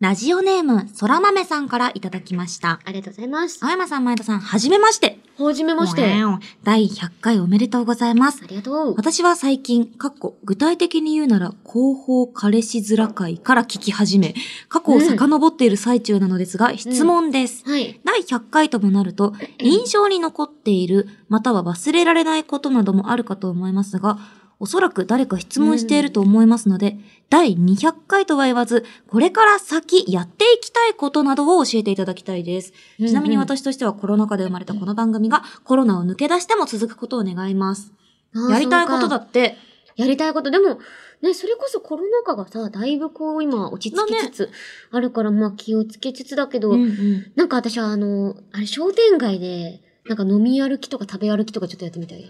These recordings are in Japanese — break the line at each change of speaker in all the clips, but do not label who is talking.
ラジオネーム、そらまめさんからいただきました。
ありがとうございます。
青山さん、前田さん、はじめまして。
はじめまして。あ
わーお第100回おめでとうございます。
りがとう。
私は最近、かっこ、具体的に言うなら、広報彼氏面会から聞き始め、過去を遡っている最中なのですが、質問です。
はい。
第100回ともなると、印象に残っている、または忘れられないことなどもあるかと思いますが、おそらく誰か質問していると思いますので、第200回とは言わず、これから先やっていきたいことなどを教えていただきたいです。ちなみに私としてはコロナ禍で生まれたこの番組がコロナを抜け出しても続くことを願います。
あー、
やりたいことだ
そうか。
って、
やりたいこと。でも、ね、それこそコロナ禍がさ、だいぶこう今落ち着きつつあるから、まあ気をつけつつだけど、
うんうん
なんか私はあの、あれ商店街で、なんか飲み歩きとか食べ歩きとかちょっとやってみたい。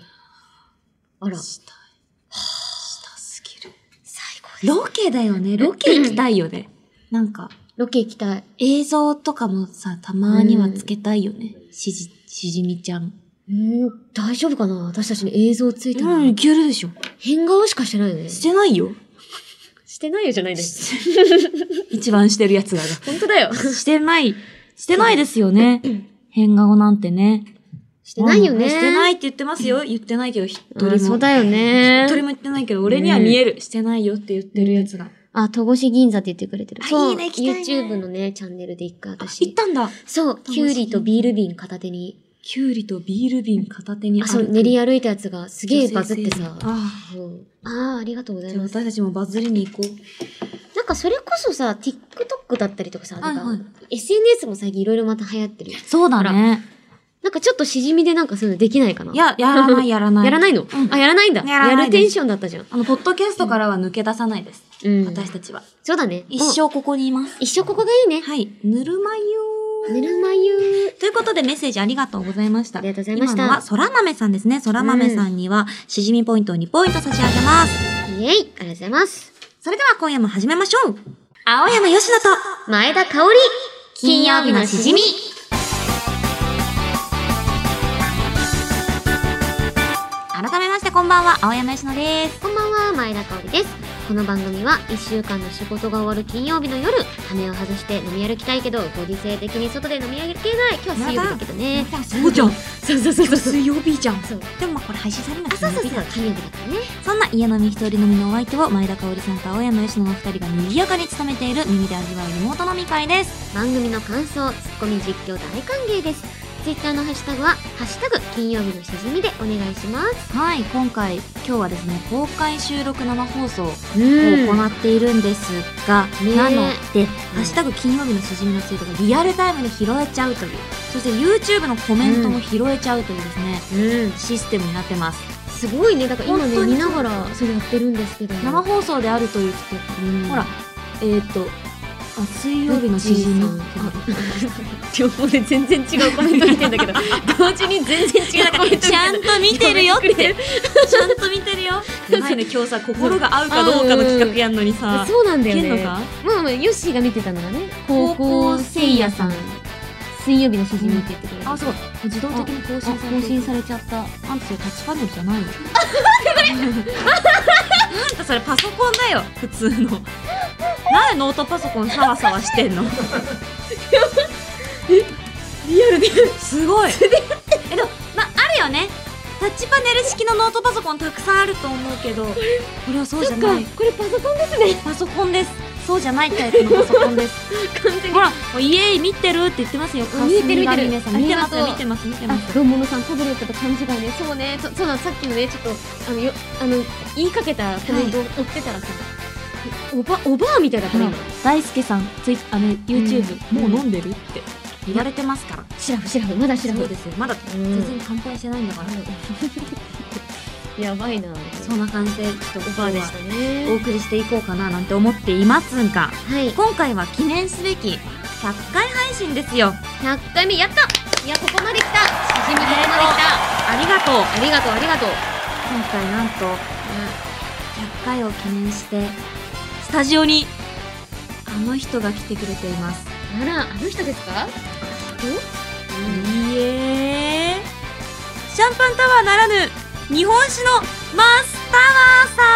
あら、
したい。したすぎる。
最高です。
ロケだよね。ロケ行きたいよね。なんか、
ロケ行きたい。
映像とかもさ、たまにはつけたいよね。しじ、しじみちゃん。
うん、大丈夫かな私たちに映像ついたら。
いけるでしょ。
変顔しかしてないよね。
してないよ。
してないよじゃないです。
一番してるやつらが。
本当だよ。
してない、してないですよね。変顔なんてね。
してないよね。
してないって言ってますよ。言ってないけど、一人も。
あそうだよね
一人も言ってないけど、俺には見える。してないよって言ってるやつが。
あ、戸越銀座って言ってくれてる。
あ
そう
いいね行きたいね
YouTube のね、チャンネルで一回
行っ
私。
たんだ。
そう、
戸越
キュウリとビール瓶片手に。
きゅうりとビール瓶片手に
あ、そう、
歩く
練り歩いたやつがすげえバズってさ
女性。あ
うんあー、ありがとうご
あ。
ざい
じゃあ
ます。
私たちもバズりに行こう。
なんかそれこそさ、TikTok だったりとかさ、なんか
はいは
SNS も最近いろいろまた流行ってる。
そうだね。
なんかちょっとしじみでなんかそういうのできないかない
や、やらない、やらない。
やらないの、
うん
あ、やらないんだ。
やら
や
ない
る
です
テンションだったじゃん。
あの、ポッドキャストからは抜け出さないです。
うん。
私たちは。
そうだね。
一
もう。
生ここにいます。
一生ここがいいね。
はい。ぬるま湯。
ぬるま湯。
ということでメッセージありがとうございました。
ありがとうございました
今のは、そら豆さんですね。そら豆さんには、しじみポイントを2ポイント差し上げます。
イエイ。ありがとうございます。
それでは今夜も始めましょう。青山よしのと、
前田香織。金曜日のしじみ。
改めましてこんばんは、青山よしのです。
こんばんは、前田香織です。この番組は1週間の仕事が終わる金曜日の夜、羽目を外して飲み歩きたいけど、ご時世的に外で飲み歩けない。今日は水曜日だけどね。
そうじゃん。
そうそうそうそう。
水曜日じゃん。
そう
でもまあこれ配信されるの
あ、
は
そう
金
そ
曜
うそ
日だ。
う金曜日だからね。
そんな家飲み一人飲みのお相手を前田香織さんと青山よしのの2人が賑やかに務めている耳で味わうリモート飲み会です。
番組の感想、ツッコミ実況大歓迎です。ツイッターのハッシュタグは、ハッシュタグ、金曜日のしじみでお願いします。
はい、今回、今日はですね、公開収録生放送
う
を行
ん。
っているんですが、
ねえ
なので、ハッシュタグ金曜日のしじみのツイートがリアルタイムに拾えちゃうという、そして YouTube のコメントも拾えちゃうというですね、
うん。
システムになってます。
すごいね。だから今
本当
ね、
に
見ながら、それやってるんですけど。
生放送であるということ、
うん
ほら、えっ、ー、と、あ、水曜日のしじみ。あ
両方で全然違うコメント見てんだけど同時に全然違うコメント見て
ちゃんと見てるよっ
やめ
て。ちゃんと見てるよ。やばいね、今日さ、心が合うかどうかの企画やんのにさ。
そうなんだ
い
よ
けん
ね
のか
まあまあヨッシーが見てたのがね
高校生
夜
やさん
水曜日のしじみって言ってくれる、
あ、そう。自動的に更新されてる
あ更新されちゃった
あんたそれタッチパネルじゃないよ。 あんたそれパソコンだよ、普通の。なんでノートパソコンサワサワして んの
リアルです
ごい。え、でも、ま、あるよね。タッチパネル式のノートパソコンたくさんあると思うけど、これはそうじ
そ
ゃ
っ
な
か
い。
これパソコンですね
パソコンです。そうじゃないタイプのパソコン です。
完全
ほら、もうイエーイ見てるって言ってますよ。
あ見てる見
霞ヶ
てる
峰さん見てますよ、
あ
見
りがと
てます、見てま
あ
す。、
どうものさん、タブレットと勘違いね。そうね。そそうだ、さっきのね、ちょっと、あの、よ、あの、言いかけたコメントを追ってたらさ、おば、おばあみたいだったね、今。
大輔さん、ツイあの、YouTube、
うん
もう飲んでるって言われてますから。
シラフ、シラフ、まだシラ
そ
フ
う。ですよ。まだ
うん
全然乾杯してないんだから。
やばいな。
そんな感じで、ちょっとオ
おばあ
で
で
し。
したた
お
ね。
送りしていこうかななんて思っていますが、
はい。
今回は記念すべき100回配信ですよ。
100回目、やったいや、ここまで来たしじみここまで来た
ありがとう。
ありがとう、ありがとう。
今回なんと100回を記念して、スタジオにあの人が来てくれています。
あら、あの人ですか
いいえシャンパンタワーならぬ日本酒のマスタワーさ
は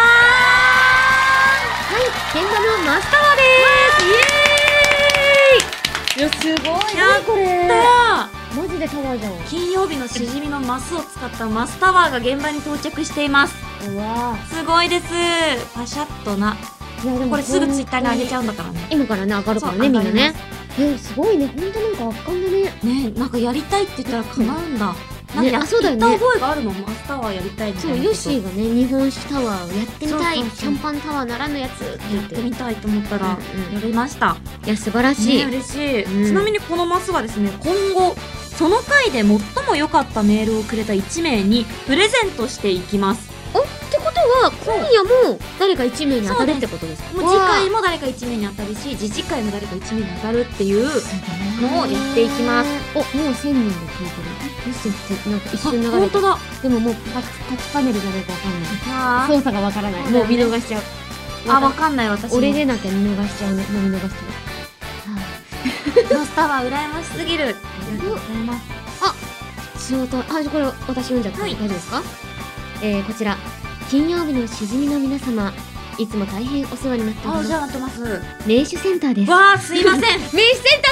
い、現場のマスター
んイエーイ
いなこれ
た
マジでタワーじゃんう
金曜日のしじみのマスを使ったマスタワーが現場に到着しています
わ
すごいですパシャッとない
やでも
これすぐツイッターに上げちゃ
う
うんだからね
今からね上がるから
そ
ね
う
みんな
上がり
ね
ま
えすごいね本当なんか圧巻だね
ねなんかやりたいって言ったら叶うんだなんか
ね
や
あそうだよね
行った覚えがあるもんマスタワーやりたいみたい
そ
な
うヨッシーがね日本酒タワーをやってみたい
そうそうそう
シャンパンタワーならぬやつって言
や
っ
っててみたいと思ったら
うんうん
やりました
いや素晴らしい、
ね、嬉しい、
うん
ちなみにこのマスはですね今後その回で最も良かったメールをくれた1名にプレゼントしていきます
おってことは今夜も誰か1名に当たるってことですか
もう次回も誰か1名に当たるし次次回も誰か1名に当たるっていうもうやっていきます
おもう1000人で聞いてる嘘ってなんか一
あ
瞬流れ
本
て
当
る
だ
でももうタッチタッチパネルがどうかわかんない
あ
操作がわからない
そうだ
もう
よね
見逃しちゃう
あわかんない私も
俺でなきゃ見逃しちゃうねもう見逃しち
マスターは羨ましすぎるありがとうございます
ゃう仕事あじゃあこれ私読んじゃって、
はい
大丈夫ですかえー、こちら金曜日のしじみの皆様いつも大変お世話になってお
あお
り
世話
ま
になってますわ
す名手センターです
あすい ませんなん
名手センタ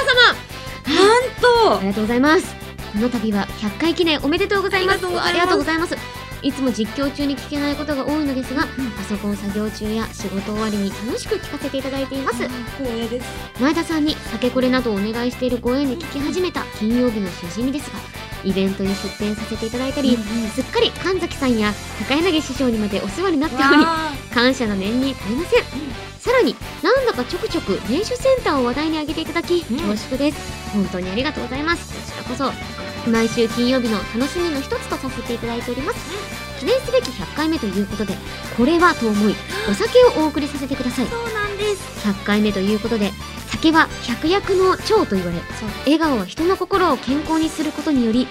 ー様あ
と
りがとうございます。この度は100回記念おめでとうございます。
あ
あ
り
り
が
が
とうご
とうございます。いつも実況中に聞けないことが多いのですが、パソコン作業中や仕事終わりに楽しく聞かせていただいています。
光栄です
前田さんに酒これなどをお願いしているご縁で聞き始めた金曜日のしじみですが、イベントに出展させていただいたり、すっかり神崎さんや高柳師匠にまでお世話になっており、
わ
感謝の念に足りません、さらになんだかちょくちょく名手センターを話題に挙げていただき
うん
恐縮です、本当にありがとうございますこちらこそ毎週金曜日の楽しみの一つとさせていただいております、記念すべき100回目ということでこれはと思いお酒をお送りさせてください
ーそうなんです
100回目ということで酒は百薬の長と言われ
そう
笑顔は人の心を健康にすることにより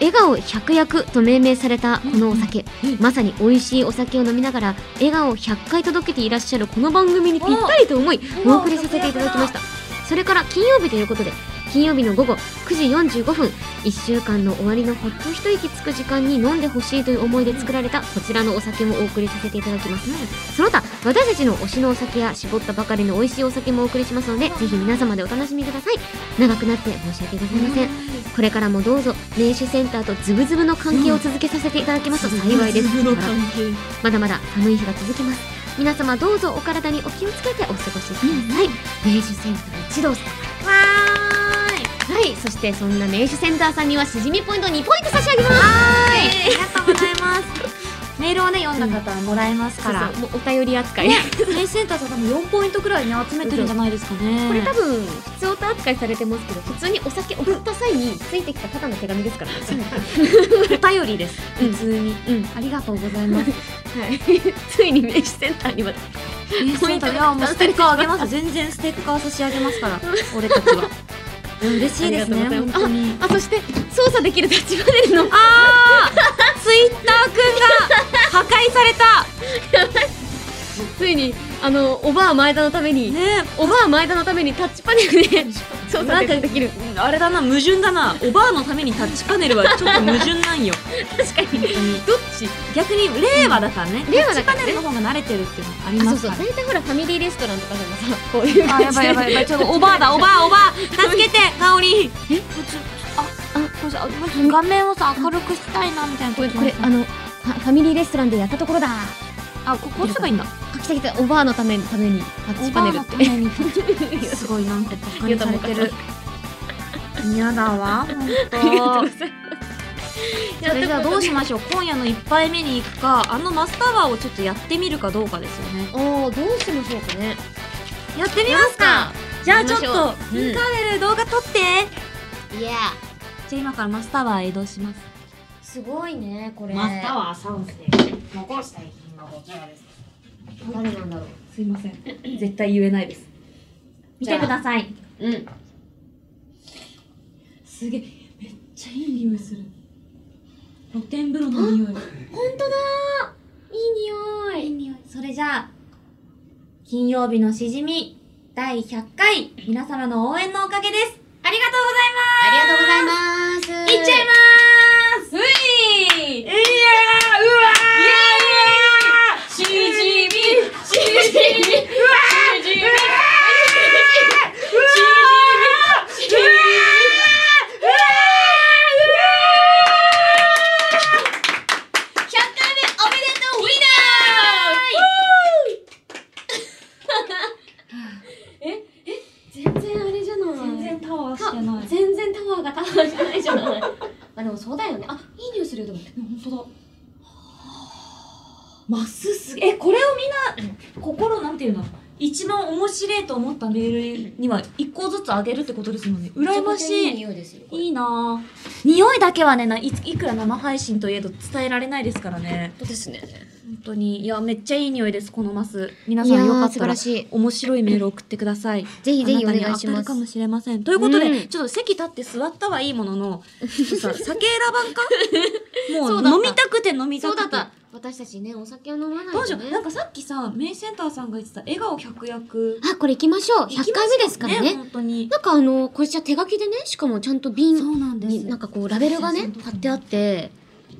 笑顔百薬と命名されたこのお酒、
うんうん
まさに美味しいお酒を飲みながら笑顔を100回届けていらっしゃるこの番組にぴったりと思い
お
お送りさせていただきましたそれから金曜日ということで金曜日の午後9時45分1週間の終わりのほっと一息つく時間に飲んでほしいという思いで作られたこちらのお酒もお送りさせていただきますその他私たちの推しのお酒や絞ったばかりの美味しいお酒もお送りしますのでぜひ皆様でお楽しみください長くなって申し訳ございませんこれからもどうぞ名手センターとズブズブの関係を続けさせていただきますと幸いです
ズブズブの関係
まだまだ寒い日が続きます皆様どうぞお体にお気をつけてお過ごしください、名手センター一同様
わーい
はいそしてそんな名手センターさんにはしじみポイント2ポイント差し上げますは
ありがとうございます。メールをね読んだ方はもらえますか
か
らら。
もうお便り扱い、
メイセンターさん多分4ポイントくらいに集めてるんじゃないですかね。
これ多分普通と扱いされてますけど普通にお酒送った際についてきた方の手紙ですからね
分お便りです。
うん
普通に。
うん
ありがとうございます。
はいついに名手センターにまで
メイ
ポイ
セ
ン
ン
ト
ターい
が
やもうステッカーあげます。全然ステッカー差し上げます から。俺たちは。うん嬉しいですね。
ありが
本
とうございます
当に。
あそして操作できるタッチパネルの
あーツイッターくんが破壊された。
ついにあのおばあ前田のために、
ね
おばあ前田のためにタッチパネルで操作できる
えあれだな矛盾だな。おばあのためにタッチパネルはちょっと矛盾なん よ。
確かに
本当に。
どっち
逆に令和だからね、
令和だ
タ
から
ッチパ
ね
ネルの方が慣れてるっていうのがあり
あそ
ま
う
す
そう
から
大体ほらファミリーレストランとかでもさこういう
あ
感
や
じ
ばい
で
やばい やばいちょっとおばあだおばあおばあ助けて香りえああこれさ画面をさ明るくしたいなみたいな
これ
時
これあのファファミリーレストランでやったところだ
あここ押せばいいんだ
あ来た来たおばあのためためにタッチパネルっ
お
て
ばあのためにタッ チすごいなんかバカにされてる嫌だわほ
ありが と
と
うんございます
それじゃあどうし
す
ましょう今夜の一杯目に行くかあのマスターワーをちょっとやってみるかどうかですよね
あーどうしましょうかね
やってみますかじゃあちょっと、
や
カ
りましょううん
ーベル動画撮って
いや
じゃあ今からマスターワー移動します
すごいねこれ
ワーサウンドで残したい品がこちらです
誰なんだろう
すいません絶対言えないです見てください
うん
すげえめっちゃいい匂いする露天風呂の匂い
本当だーいい匂い
いい匂いそれじゃあ金曜日のしじみ第100回皆様の応援のおかげですありがと
ありがとう
うご
ご
ざいま
ざいます
すいっちゃい
ま
ますういいやーうわーイエーイしじみ
す
うわーうわーうわーワワしてない。
全然タワーがタワーじゃないじゃないあでもそうだよねあいい匂いするよでも
本当だ。まっすすえ、これをみんな、心なんていうの一番面白いと思ったメールには一個ずつあげるってことですもんね。羨まし
めちゃくちゃいい
い。
匂いですよこれ
いいなぁ。匂いだけはねない、いくら生配信といえど伝えられないですからね。
そうですね
本当に。いや、めっちゃいい匂いです、このマス。皆
い
さ
や
んよか
ー
っ
素
た
晴
ら
ら。しい
面白いメールを送ってください。
ぜひぜひお
あな
願
たに
いし
当た
ま
る
す
かもしれません。ということで、
うん
ちょっと席立って座ったはいいもの の、さ酒選
そ
ば
う
か
んだった
もう飲みたくて飲みた
そう
くて。
だった私たちねお酒を飲まない
どうし
と
よう。なん
ね
かさっきさ、メインセンターさんが言ってた、笑顔百役。
あこれ行きましょ
行
う
き
100
まし
回目ですからね
本当に。
なんかあのこれじゃ手書きでねしかもちゃんと瓶
うなん
になんかこうラベルがね貼ってあって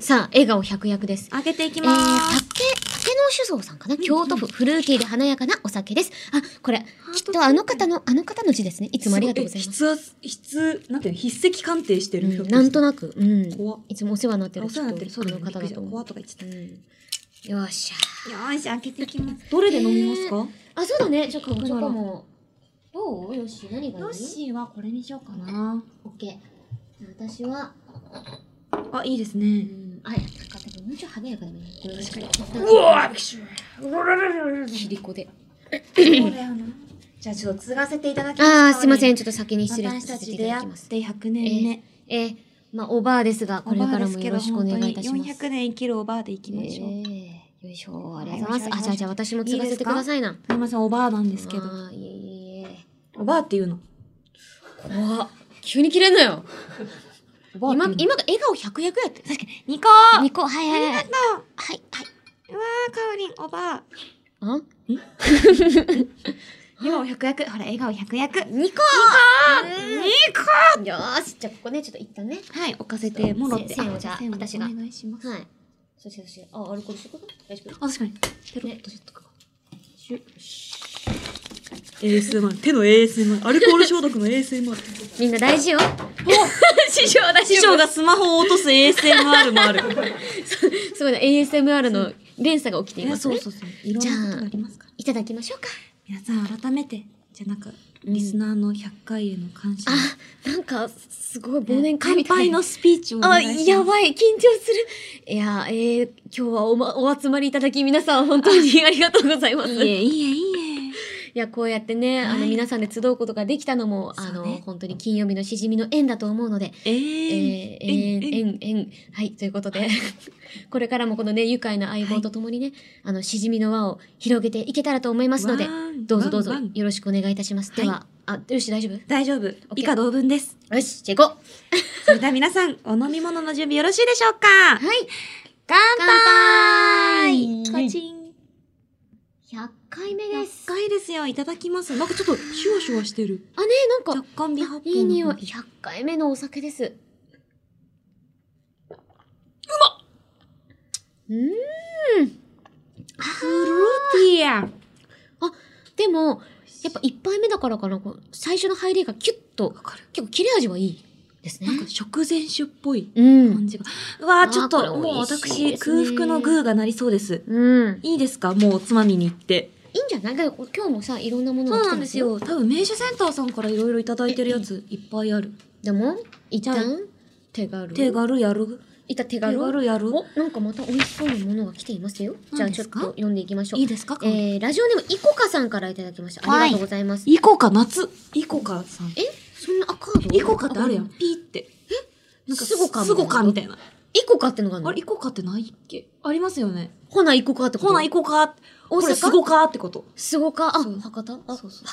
さあ笑顔百薬です
あげていき
えー、
ま
竹
ーす。
竹野酒造さんかな
うん
京都府フルーティーで華やかなお酒ですあこれ
ハート
きっとあの方のあの方の字ですねいつもありがとうございます
すごい。え筆圧、筆、なんていうの、筆跡鑑定して
う
る。ひょっとし
ん、
て
なんとなく、うん、
怖っ。
いつもお世話になってる
お世話になってる。
きっとあの方だと思
怖
う
っとか言ってた。
うん、よっしゃ
よーし、開けていきます。どれで飲みますか、
あそうだねじゃあチ
ョ
ョ
コ
コもどうよし何がいい
ヨッシーはこれにしようかな。
オッケー私は、
あ、いいです
う
ね。
ん、あ、いやなんか多分もうちょい華やかでもいい。確か
うわぁ
切り子で。
じゃあちょっと継がせていただき
あー、すいませ
ん。
ん。ちょっと先に失礼
私
さ
た
せて
ち
いた
出
だ
会
き
っ
ます。
て100年目。
えー、まあ、おばあですが、これからもよろしくお願いいたします。
400年生きるおばあでいきましょう。
えーよいしょ。ありがとうございま
は
す。
い
あ、じゃあ、じゃあ、私も継がせてくださいな。
すみません、おばあなんですけど。
あーいえいえいえ。
おばあっていうの。
怖っ。急に切れんなよ。
おばあっていう
今、
の。
今が笑顔100役やって。
確かに。ニコー
ニコ、はいはいはい。
あ
はい、はい。
うわー、かおりん、おばあ。
あ
笑顔100役。ほら、笑顔100役。ニ
ニコ
コ
よーし、じゃあ、ここね、ちょっと一旦ね。
はい、置かせてもろって。
せ線をじゃあ
線
私が
お願いします。
はい。そして、そして、あ、アルコールしてこと大丈夫
あ、確かに。ペロッと
ね
ちょっとか。ASMR。手の ASMR。アルコール消毒の ASMR。
みんな大事よ。師匠大
師
師
匠
匠が。
がスマホを落とす ASMR もある。
すごいね、ASMR の連鎖が起きてい
いや
ます
そう
ね。
そうそう。いろんなことがありますから。
いただきましょうか。
皆さん改めて、じゃあなんか、
うん
リスナーの100回への感謝。
あ、なんか、すごい忘年会み
乾
たい
杯
な。
のスピーチをお
あ、
願いします。
やばい、緊張する。いや、えー、今日はお,、ま、お集まりいただき、皆さん本当にありがとうございます。
い
い
え、いえ、いえ。
や、こうやってね、あ
は
の、
い
皆さんで集うことができたのも、あ
そ
の、
うね
本当に金曜日のしじみの縁だと思うので、
え
え
ー、
ー、え
縁
ー、縁、縁、はい、ということで、これからもこのね、愉快な相棒とともにね、あの、しじみの輪を広げていけたらと思いますので
わ、ーん
どうぞどうぞ
わんわん
よろしくお願いいたします。
はい
では、あ、よし、大丈夫
大丈夫。
OK
以下同文です。
よし、じゃあ行こ
それでは皆さん、お飲み物の準備よろしいでしょうか
うはい、
乾
乾杯
カチン
100回目で
!100
す。
回ですよ、いただきます。なんかちょっと、シュワシュワしてる。
あ、ねなんか、
若干微
あ
発泡
いい匂い。100回目のお酒です。うまっうーん。
フルーティーや
でも、やっぱ1杯目だからかな、こう最初の入りがキュッと、
わかる。
結構切れ味はいいですね
な。んか食前酒っぽい
うん。
感じが。うわ
あ
ー、
ー
ちょっ
これ
と、
美味しい
もう
で
私、
すね
空腹のグーが鳴りそうです。
うん。
いいですかもうおつまみに行って。
いいんじゃないだから今日もさ、いろんなもの
そ
が
う
来
な
て
んで
ますすよ。
よ。多分、名所センターさんからいろいろいただいてるやつ、いっぱいある。
でも、一
じゃ
旦、手軽。
手。軽やる
いた手
手
軽。
軽やる
お、なんかまた美味しそうなものが来ていますよ。じゃあ
何
ち
で
ょっ
す
と
か
読んでいきましょう
いい。ですか
えー、ラジオネーム、いこかさんからいただきました。ありがとうございます。
イコカ夏。イコカさん。
えそんな、あ、カード
イコカってあるやん。。ピーって。えなんか
スゴカみたいな
スゴカみたいな。
イコカってのがあるの
あれ、イコカってないっけありますよね。
ほな、イコカってこと
ほな、イコカ。
大
これ、ス
阪
ゴカってこと。
すごか。あ、
そう
博多あ、
そうそう。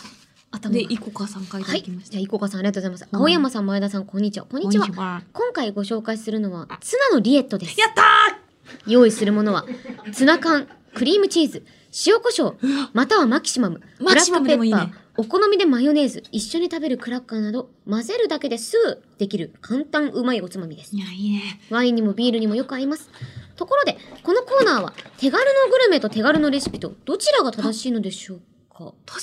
頭が
で、イコカさんからいた
は
だ
い。
き
じゃ
ました。
あ、イコカさんありがとうございます。
うん
青山さん、前田さん、こんにちは。こんにちは。
は。
今回ご紹介するのは、ツナのリエットです。
やった
用意するも のは、ツナ缶、クリームチーズ、塩コショウ、またはマキシマム、ブ
マ
ラ
キ
ッ
シマ
ク
ム
ペ
でもい
ッ
い
パ
ね
ー、お好みでマヨネーズ、一緒に食べるクラッカーなど、混ぜるだけですぐできる簡単うまいおつまみです
ー。いや、いいね。
ワインにもビールにもよく合います。ところで、このコーナーは、手軽のグルメと手軽のレシピと、どちらが正しいのでしょうか
確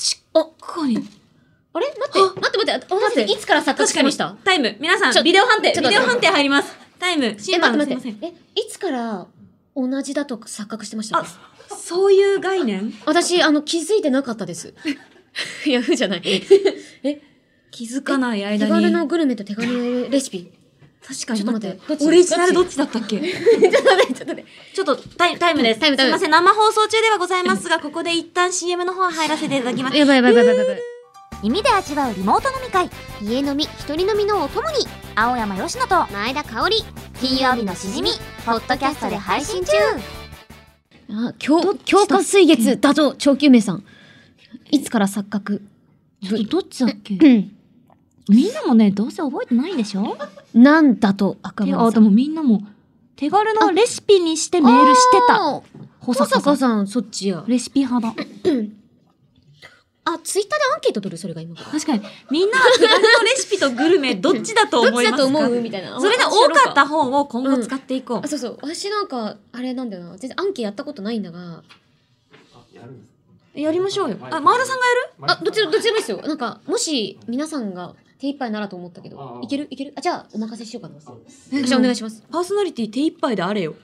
かに。
あれ待って、待って待って、あ
待って
いつから作
確
詞
か
しま
に
した。
タイム。皆
ち
さ
ょ
ん、ビデオ判定。
ちょっ
ビデ
と待っ
オ
て
判定入ります。タイム。
え、
審
待
判
っ
す
て
いませ
待っ
ん。
て、え、いつから同じだと錯覚してました
あ、そういう概念
私、あの、気づいてなかったです。ヤフーじゃない。え、
気づかない間
手
に。
軽のグルメと手軽のレシピ。
確か
ち
に
ょっと
待
待
っ
っ
て。
てどっち
オリジナルどっ ちだったっけ
ちょっと待って、ちょっと待って。
ちょっとタイタイムです。
タイムタイ
すいま
ム
せん、生放送中ではございますが、ここで一旦 CM の方入らせていただきます。
やばいやばいやばいやばいやばい。
耳で味わうリモート飲み会、
家飲み、一人飲みのお供に、
青山よしのと、
前田香織。
金曜日のしじみ、ポッドキャストで配信中。
あ、強
どっちだっけ
強化水月だと、長久明さん。いつから錯覚。
どっちだっけ
うん。
みんなもね、どうせ覚えてないんでしょ
なんだと赤
で
丸
あ、で
さん。
もみんなも、手軽なレシピにしてメールしてた。
あー。
保
小
坂さ
坂
ん。
さん、そっちや。
レシピ派だ。
あ、ツイッターでアンケート取る、それが今。ど
確かに、みんなは手軽のレシピとグルメ、どっちだと
っ
思い
ちだ
ます
と
か
思うみたいな。
それで多かった方を今後使っていこう。
あそうそう私なんかあれなんだよな全然アンケやったことないんだが
やりましょうよ。あ、前田さんがやる
あどっちどっちでもいいですよなんかもし皆さんが手一杯ならと思ったけどいけるいけるあじゃあお任せしようかな私お願いします
パーソナリティ手一杯であれよ。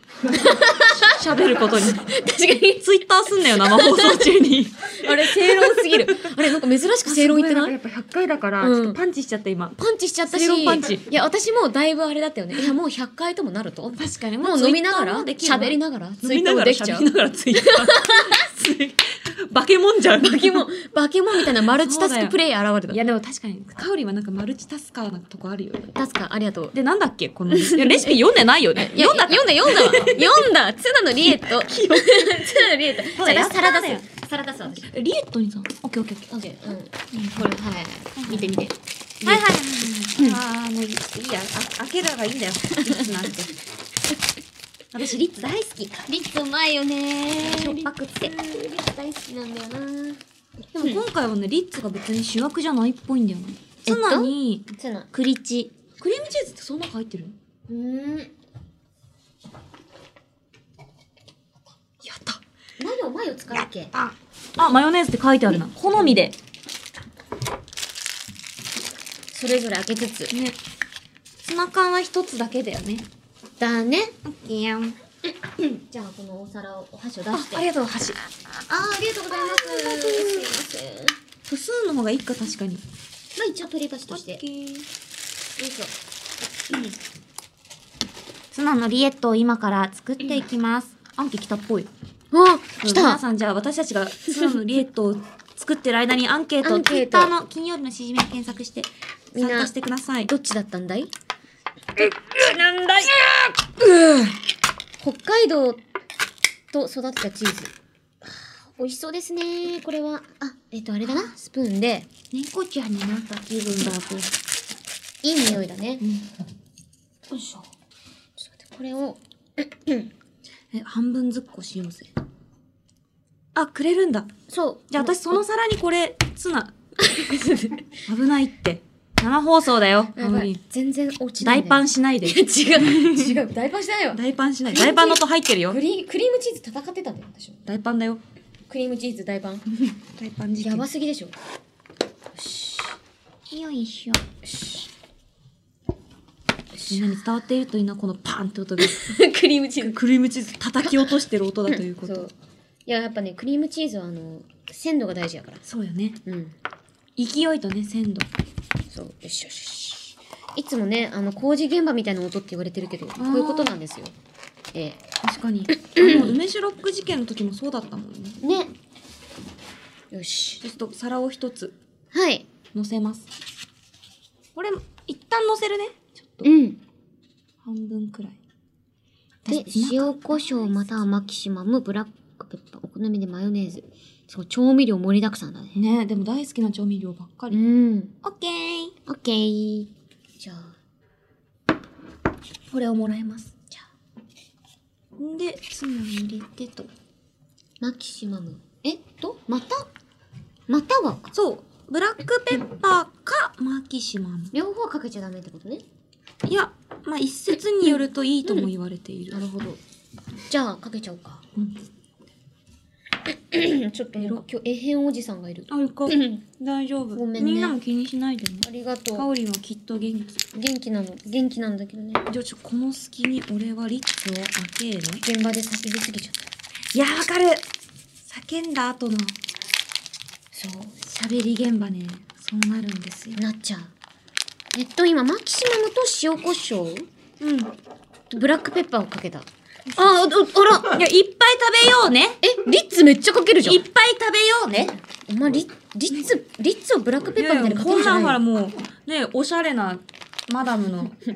喋ることに。
確かに
ツイッターすんなよ、生放送中に。
あれ正論すぎるあれなんか珍しく正論言ってない
やっぱ100回だから、
うん
ちょっとパンチしちゃった今。
パンチしちゃったし
正論パンチ
いや私もだいぶあれだったよねいやもう100回ともなると
確かに
もう飲みながら喋
喋
り
り
ながらツ
飲
イ
み
ート
な
も
がら
できちゃ
喋
う
りながらツイッター。バケモンじゃん。バ
バケモンバケモンみたいなマルチタスクプレイヤー現
い
れた
やでも確かに、カオリはなんかマルチタスカーなとこあるよね。
タスカありがとう
で、なんだっけ この、いやレシピ読んでないよね。
いや読んだ読んだ読んだわ読んだツナのリエッ トツナのリエット
ただ
じゃあ
やっ
私
た
サラダ
んだよ
スサラダス私
リエットにさ、オッケーオッケーオッケー。
オッケーうんこれはい見て見て
はいはいはい。ああ、もういいや。あ開けるのがいいんだよ。リッツなんて。私、リッツ大好き。
リッツうまいよねし
し
ょ
ょ
っ
っ
ぱ
ぱ
く
く
っててリッツ大好きなんだよな
でも今回はね、リッツが別に主役じゃないっぽいんだよね。
えっ
ツ
と
ナに、
ツナ
クリチ。クリームチーズってそんな入ってるの
うーん
やった。
マヨマヨ使うっけ
あ、あ、マヨネーズって書いてあるな。好みで。
それぞれ開けつつ
ね。ツナ缶は一つだけだよね。
だね
オッケーやん。
じゃあこのお皿をお箸を出
あ
し、て
ありがとう、箸。
あありがとうございます
ありがとうございます
すいません
素数の方がいいか、確かに。
まあ一応取り箸として
オ
よ
ッケー
いしょ
ツナのリエットを今から作っていきます。アンケ来たっぽい。
あ来
皆
た
さんじゃあ私たちがツナのリエットを作ってる間にアンケート
ア
を
ンケート
Twitter の金曜日のしじみで検索して
みん
参
な
加してください。
どっちだったんだい
なんだい
北海道と育てたチーズ。美味しそうですね。これは。あ、えっ、と、あれだな。スプーンで。
猫ちゃんになった気分だと。
いい匂いだね。
よいしょ。
ちょっと待って、これを。
え、半分ずっこしようぜ。あ、くれるんだ。
そう。
じゃあ私その皿にこれ、ツナ。危ないって。生放送だよ。
やばい。全然落ちない、
大パン
し。
しないで。
違う。違う。大パンしてない わ。
大パンしない。 大パンの音入ってるよ
ク。リクリームチーズ戦ってたんだよ、私も。
大パンだよ。
クリームチーズ 大パン。
大パン事件。
やばすぎでしょ。
よいしょ。 みんなに伝わっているといいな、このパンって音が。
クリームチーズ。
クリームチーズ叩き落としてる音だ というこ
そ
と
う。。いや、やっぱね、クリームチーズは、あの、鮮度が大事やから。
そうよね。
うん。
勢いとね、鮮度。
そう、よしよしよし。いつもね、あの、工事現場みたいな音って言われてるけど、こういうことなんですよ。え
確かに。あの、梅酒ロック事件の時もそうだったもんね。
えね。よし。
ちょっと皿を一つ
はい。
乗せます。これ、一旦乗せるね。ちょっと、
ん。
半分くらい。
で、塩コショウまたはマキシマム、ブラックペッパー、お好みでマヨネーズ。そう、調味料盛りだくさんだね。
ねでも大好きな調味料ばっかり。
ん。
オッケー。
オッケー。じゃあ、
これをもらいます。じゃあ。んで、ツナ入れてと。
マキシマム。えっと、またまたは
そう。ブラックペッパーか、マキシマム。
両方かけちゃダメってことね。
いや、まあ、一説によるといいとも言われている。
なるほど。じゃあ、かけちゃおうか。
うん
ちょっとなんか今日、えへんおじさんがいる。
あ、よか。大丈夫。
ごめんね
みんなも気にしないでね。
ありがとう
か。おりんはきっと元気。じ
元気なの元気なんだけどね
ゃあ、ちょ、この隙に俺はリッツを開ける。
現場で叫びすぎちゃった
いやー、わかる叫んだ後の
そう
喋り現場ね。そうなるんですよ。
なっちゃう。えっと、今、マキシマムと塩コショウ
うん。い
とブラックペッパーをかけた。あ、
あ
あら
や、いっぱい食べようね。
え、リッツめっちゃかけるじゃ
いっ
ん
ぱい。食べようね。
お前、リリッツ、リッツをブラックペッパーみたいにかけ
こ
る
ん
じ
な
ゃ
んほ
な
ら
い
もう、ね、おしゃれなマダムの。
ちょ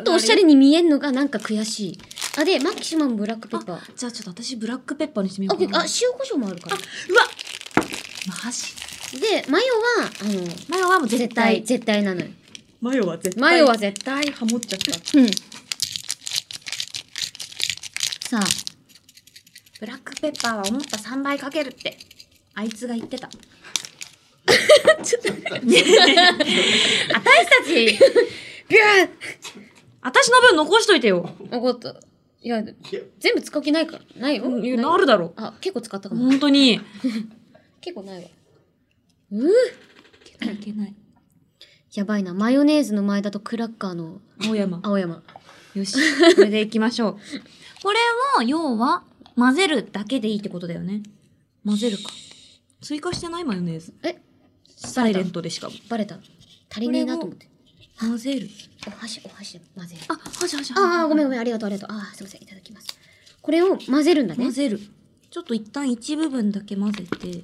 っとおしゃれに見えんのがなんか悔しい。あ、で、マキシマムブラックペッパー。あ、
じゃあちょっと私ブラックペッパーにしてみよ
あ
うかな。
塩コショウもあるから。
うわマジ
で、マヨは、あの、
マヨはもう
絶
絶
対、
対。
絶対なのよ。
マヨは絶
マヨは絶対。
ハモっちゃった。
うん。さあ、
ブラックペッパーは思った3倍かけるって、あいつが言って た。
私たち、ビュー
私の分残しといてよ。
怒った。いや、全部使う気ないから。ないよ。
いや
ない
なるだろ。
あ、結構使ったかも。
本当に。い
結構ないわ。うぅ
けないいけない。
やばいな。マヨネーズの前田とクラッカーの
青山。
青山。
よし。これでいきましょう。 これを、要は、混ぜるだけでいいってことだよね。混ぜるか。追加してないマヨネーズ。
え
サイレントでしかも。
バレた。足りねえなと思って。
混ぜる。
お箸、お箸で混ぜる。
あ、はじはじ。
ああ、ごめんご
ん。
めん。ありがとう、ありがとう。ああ、すいません。いただきます。これを混ぜるんだね
混。ぜる。ちょっと一旦一部分だけ混ぜて、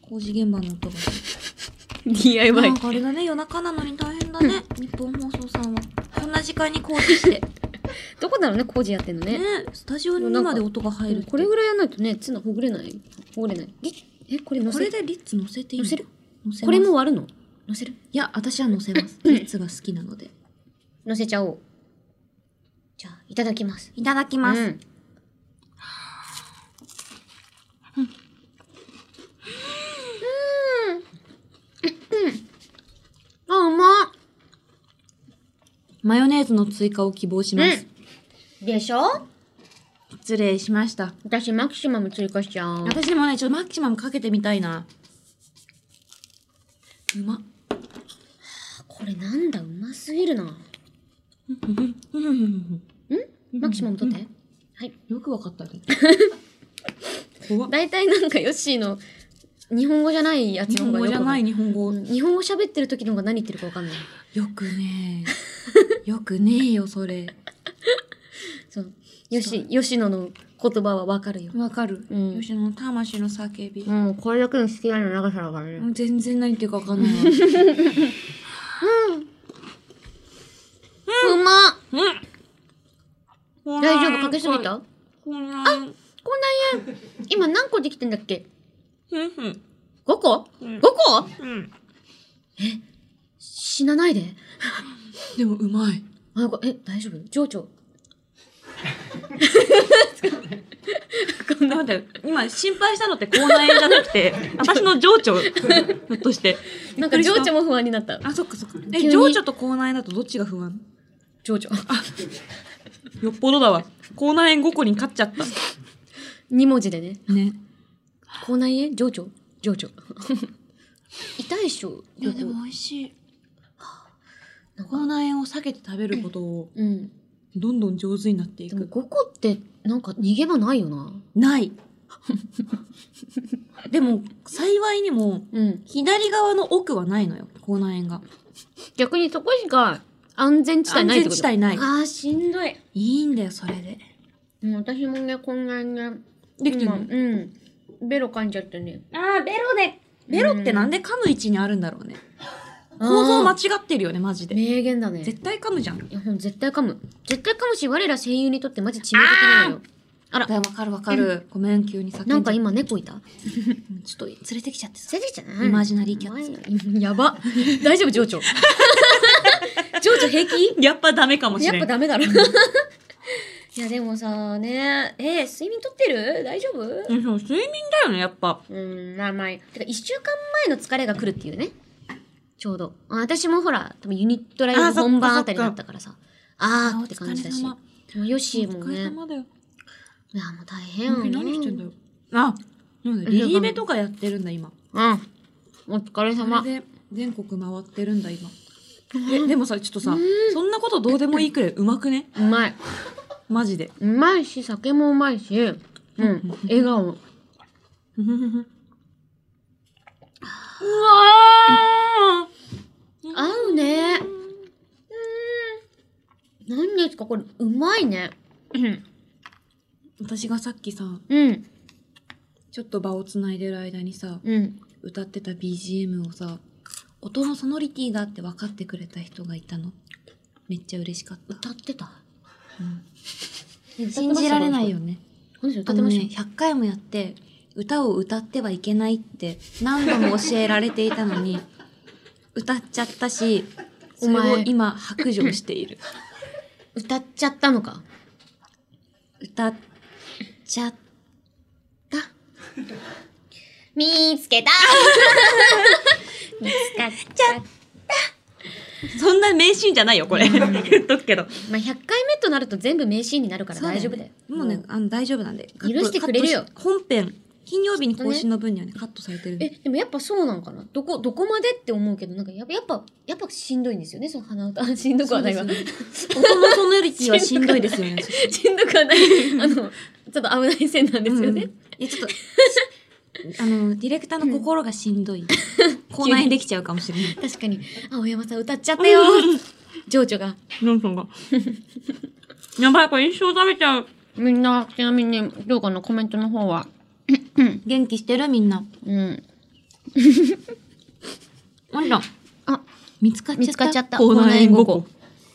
工事現場の音がする。なん
DIY。
かあれだね、夜中なのに大変だね。日本放送さんは。こんな時間に工事して。
どこだろうね、工事やってんの
ね
ね。、
スタジオにまで音が入るって。
これぐらいやんないとね、ツナほぐれない。ほぐれない。りえ、これ乗
こ
せ
れ
る
でリッツ乗せていいの
乗せる
乗せます
これも割るの乗せる
いや、私は乗せます。リッツが好きなので。
乗せちゃおう。じゃあ、いただきます。
いただき
ま
ます。
す。あ、うまっ
マヨネーズの追加を希望します。
うんでしょ
失礼しました。
私、マキシマム追加しちゃう。
私もね、ちょっとマキシマムかけてみたいな。うま。
これなんだ、うますぎるな。マキシマム取って。はい。
よくわかったね。 怖っ
大体なんかヨッシーの日本語じゃないやつ
日
の方
本
が
語
よく
じゃな
わ
い日本語。
かる日本語喋ってる時の方が何言ってるかわかんない。
よくねえ。よくねえよ、それ。
そう。よし、吉野の言葉はわかるよ。
わかる。
うん
吉野の魂の叫び。
もうこれだけの付き合いの長さだからね
もう全然何言ってるかわかんないわ。
うまっ
うん
大丈夫かけすぎた
こんなに
こんなんや今何個できてんだっけ
うんうん。
?5 個
う
?5
ん
個
うん。
死なないで。
でもうまい。
あ、よかえ、大丈夫情緒。
待って、今心配したのって口内炎じゃなく て、私の情緒、ひょっとして。
なんか情緒
も。
も不安になった。
あ、そっかそっか。
急
え、
に
情緒と口内炎だとどっちが不安
情緒。
よっぽどだわ。口内炎5個に勝っちゃっ
2文字でね。
た。ね。
口内炎情緒情緒。 痛いっしょ。
いや、でも
こ
美味しい。
こなん
口
か
内炎を避けて食べることを、
うん。
どんどん上手になってい
でも
く。
5個ってなんか逃げ場ないよな。
ない。でも、幸いにも、
うん。
左側の奥はないのよ、口内炎が。
逆にそこしか安全地帯ないってこと
安全地帯ない
あー、しんどい。
いいんだよ、それで。
もう私もね、こんなにね。
できてる
今うん。ベロ噛んじゃったね。
あー、ベロで。ベロってなんで噛む位置にあるんだろうね。構造間違ってるよね、マジで。
名言だね。
絶対噛むじゃん。
いや、ほん絶対噛む。絶対噛むし、我ら声優にとってマジ致命的なのよ。あら
いやわかるわかる。ごめん、急に叫んじゃ
な
っ
ん
た
か今猫いた
うんちょっと連れてきちゃってさ。
出てきたな
イマジナリーキャッ
ツ。やば。 大丈夫、情緒。 情緒平気
やっぱダメかも
やっぱダメだろ。い や、でもさ、ねえー、睡眠とってる大丈夫
うんそう睡眠だよね、やっぱ。
うん、まあまあ。てか、一週間前の疲れが来るっていうね。ちょうど。あ私もほら、多分ユニットライ
あそ
ブ
っか
本番あたりだったからさ。あ
あ
ーって感じだし。
お
も
疲
うヨッシ
れ
ー
様お
も
疲れ
ね。
様だよ。
いや、もう大変よね。
何してんだよ。あ、なんだリリーベとかやってるんだ、今。
うん。お疲れ
そ
様。
れで全国回ってるんだ、今。え、でもさ、ちょっとさ、そんなことどうでもいいくらいうまくね
うまい。
マジで。
うまいし、酒もうまい し、うん、笑顔。
うんわー
合うね何ですかこれうまいねうん
私がさっきさ、
うん
ちょっと場をつないでる間にさ、
うん
歌ってた BGM をさ、音のソノリティだって分かってくれた人がいたの。めっちゃ嬉しかった。
歌ってた
うん信
信
じられないよね。
何でしょ
あ
歌って
の
ま
ね、
した
100回もやって、歌を歌ってはいけないって何度も教えられていたのに、 歌っちゃったし、それ
お
を
前
今白状している。
歌っちゃったのか
歌っちゃっ
見つけた見つかっちゃった
そんな名シーンじゃないよ、これ。言っとくけど。
まあ100回目となると全部名シーンになるから大丈夫だよ
もうね、あの、大丈夫なんで。カット
許してくれるよ
カットし本編、金曜日に更新の分にはね、カットされてるん
え
で。
でもやっぱそうなんかなどこどこまでって思うけどなんかやっぱやっぱやっぱしんどいんですよねその鼻歌 しんどくはないわ、
そうですよね音のソノリティはしんどいですよ ね。
しんどくはないあのちょっと危ない線なんですよね、
うんいや、ちょっと、あの、ディレクターの心がしん どい。口内炎できちゃうかもしれない。
確かに青山さん歌っちゃったよ情緒が
なんか が。やばい、これ一生食べちゃう。
みんなちなみにどうかのコメントの方は
元気してるみんな。
うん
あんた、
あ
見つかっちゃった。
見つかっちゃった
口内炎5個。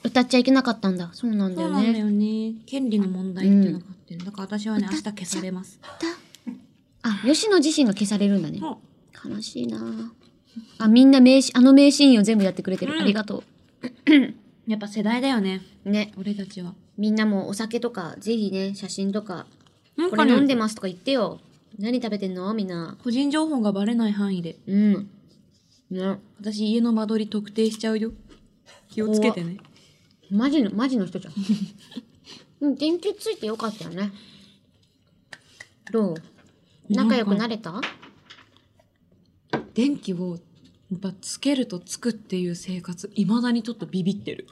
歌っちゃいけなかったんだそうなんだ
そう
よ
なんだ
ね
よね。権利の問題っていうのがあって、だから私はね、明日消されます。
あ吉野自身が消されるんだね
も
悲しいなぁあみんな名シあの名シーンを全部やってくれてる、
うん
ありがと
うやっぱ世代だよね、
うね
俺たちは。
みんなもお酒とかぜひね写真とか
なん
こ
か
れ
ね、
飲んでますとか言ってよ何食べてんのみんな
個人情報がバレない範囲で、
うんね
私家の間取り特定しちゃうよ。気をつけてね。
マジのマジの人じゃん うん電球ついてよかったよねどう仲良くなれた
電気を、やっぱつけるとつくっていう生活、未だにちょっとビビってる。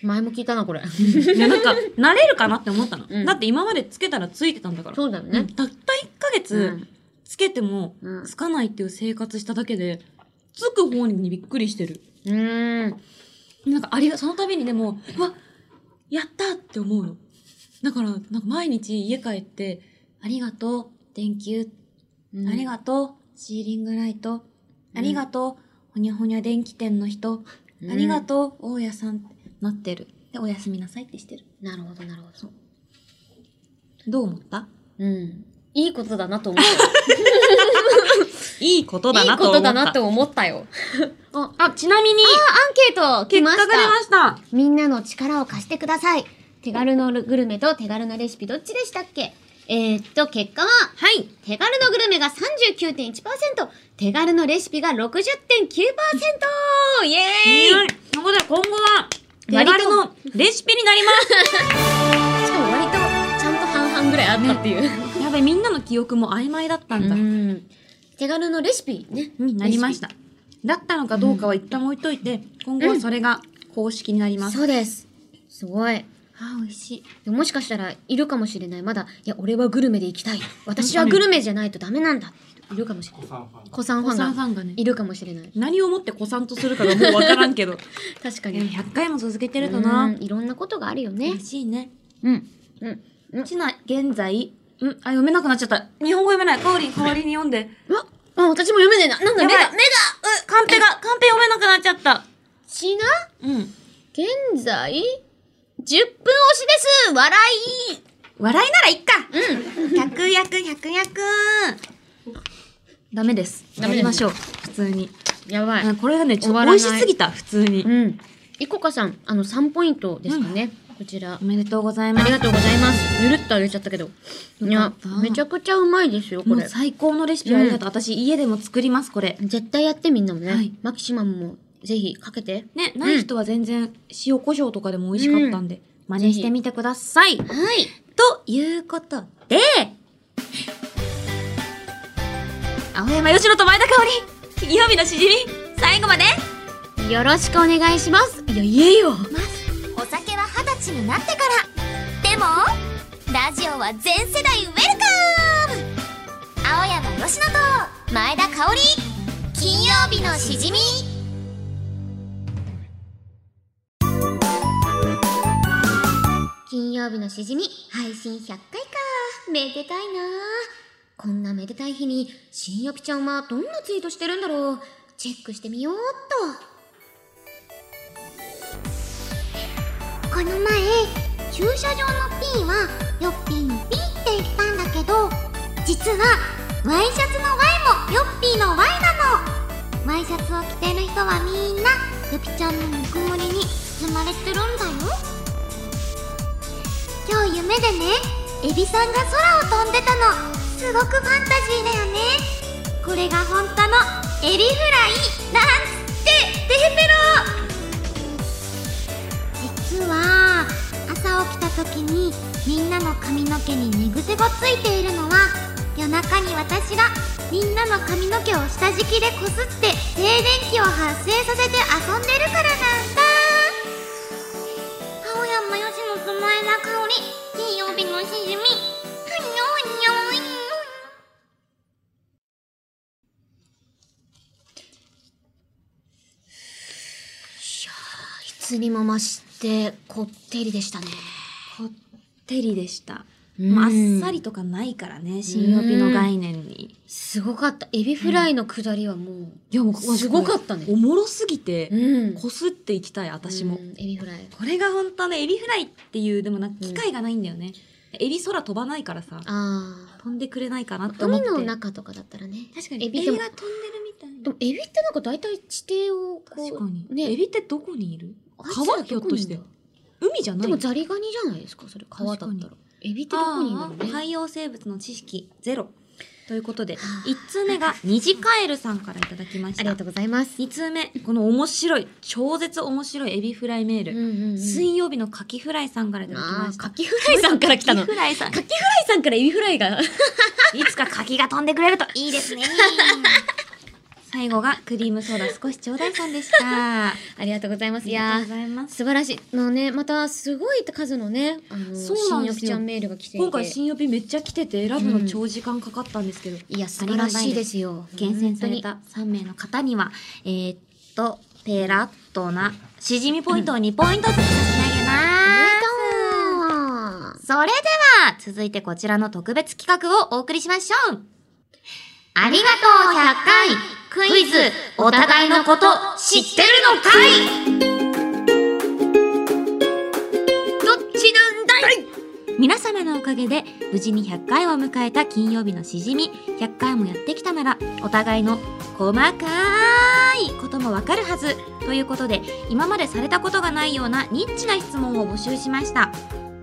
前も聞いたなこ れ
いや、なんか、慣れるかなって思ったの。
うん
だって今までつけたらついてたんだから。
そうだよ
うん
ね、
たった1ヶ
う
月、
ん、
つけても
うん
つかないっていう生活しただけで、つく方にびっくりしてる。
うん
なんかありが、その度にでも、うわやったって思うの。だから、なんか毎日家帰って、ありがとう、電球、
うん
ありがとう、シーリングライト、
ん
ありがとう、ほにゃほにゃ電気店の人、
うん
ありがとう、大家さんってなってる。で、おやすみなさいってしてる。
なるほどなるほど
どう思った
うんいいことだなと思った
いいこと
いいことだなと思ったよ。 あ、
あ、ちなみに、
アンケート
結
来ま
果
し
が出
た。
ました。
みんなの力を貸してください。手軽のグルメと手軽なレシピどっちでしたっけえー、っと、結果は、
はい。
手軽のグルメが39.1%、手軽のレシピが60.9%イエー
はい。ということで今後は、手
割と
軽のレシピになります。
イしかも割と、ちゃんと半々ぐらいあったっていう。
やべ、みんなの記憶も曖昧だったんだ。
うん手軽のレシピね。
うん、なりました。だったのかどうかは一旦置いといて、今後はそれが公式になります。
そうです。すごい。
あ、美味しい。
でももしかしたらいるかもしれない。まだ、いや、俺はグルメで行きたい。私はグルメじゃないとダメなんだ。いるかもしれない。子さんフ
子
ァン
さんフ
が
ァンがね
い、るかもしれない。
何をもって子さんとするかがもうわからんけど。
確か
いや
に。
100回も続けてると
う
な。
んいろんなことがあるよね
嬉。しいね。
うん。うん。うん。
ちな、現在、うん、あ、読めなくなっちゃった。日本語読めない。かおりん、代わりに読んで。
うわあ、私も読めねえな。なんだ、
や
目
ばい
が、目が、う
カンペが、カンペ読めなくなっちゃった。
ちな、
うん。
現在、10分押しです笑い
笑いならいっか。うん。百役百役。ダメです。
ダ
や
メです
りましょう。普通に。
やば
あこれがね、ちょっと
終
美
わら
味
ない
しすぎた、普通に
う。ん。いこかさん、あの、3ポイントですかね。こちら
お。めでとうござい
あ
ま
り
す。
がとうございます。ゆるっとあげちゃったけど。い
よか
や
った、
めちゃくちゃうまいですよ、こ
もう
れ。
最高のレシピをありがとう。私、家でも作ります、これ。
絶対やってみんなもね。
はい
マキシマムもぜひかけて。
ね、ない人は全然、塩コショウとかでも美味しかったんで、真似してみてください。
はい。
ということで、青山吉野と前田香織、金曜日のしじみ、最後まで
よろしくお願いします。いや、言えよ。
お酒は二十歳になってからでもラジオは全世代ウェルカム青山佳乃と前田香織金曜日のしじみ
金曜日のしじみ配信100回かめでたいなあこんなめでたい日に新よぴちゃんはどんなツイートしてるんだろうチェックしてみようっ
この前駐車場のピーはよっぴーにピーって言ったんだけど実はワイシャツの Y もよっぴーの Y なのワイシャツを着てる人はみんなよぴちゃんのぬくもりに包まれてるんだよ今日夢でねエビさんが空を飛んでたのすごくファンタジーだよねこれが本当のエビフライなんつってテヘペロ実は朝起きた時にみんなの髪の毛に寝癖がついているのは夜中に私がみんなの髪の毛を下敷きでこすって静電気を発生させて遊んでるからなんだ青山よしのつまえな香り金曜日のしじみはにょはにょい
といつにも増してこってりでしたね
こってりでした。
うん
まああっさりとかないからね、新曜日の概念に。
すごかったエビフライのくだりはもう、
いや、もう
すごかったね
おもろすぎて、
ん
こすっていきたい、私も。
うんエビフライ
これが本当ね、エビフライっていう、でもなんか機会がないんだよね。エビ空飛ばないからさ、
あ
飛んでくれないかなって
あ
思っ
海
て。
の中とかだったらね
確かに、
エ
エ
ビ
ビ
でも
が飛んでるみたい
で
な。
もエビってなんか大体地底をこう
確かに、
ね
エビってどこにいる
あいつらどこ
川
にい
ひ
る
ょ
ん
っ
だ
として。海じゃない
でもザリガニじゃないですかそれ川だっ
確
た
から
エビってどこにいる
あ
の
あ
ね
海洋生物の知識ゼロということで、
あ
1通目がニジカエルさんからいただきまし
あ
た。
りがとうございます
2通目、この面白い、超絶面白いエビフライメール。
水
水曜日のカキフライさんからいただきました。
カキフライさんから来たの。
カキ
カ
フライさん。
キフライさんからエビフライが。
いつかカキが飛んでくれるといいですね。最後がクリームソーダ少しちょ うだいさんでした。あ
ありがとうございます。い
りがとうご
や
ざいま
ー、
す。
素晴らしい。のね、またすごい数のね、あの、
そうなんで
新
すよ
よきちゃんメールが来ていて。
今回新曜日めっちゃ来てて選ぶの超時間かかったんですけど、
いや、素晴らしいですよ。
厳選された3名の方には、えーっと、ペラッとな、しじみポイントを2ポイントずつ差し上げます。
本当。
それでは、続いてこちらの特別企画をお送りしましょう。
ありがとう100回クイズお互いのこと知ってるのかい
どっちなんだい
皆様のおかげで無事に100回を迎えた金曜日のしじみ100回もやってきたならお互いの細かいこともわかるはずということで今までされたことがないようなニッチな質問を募集しました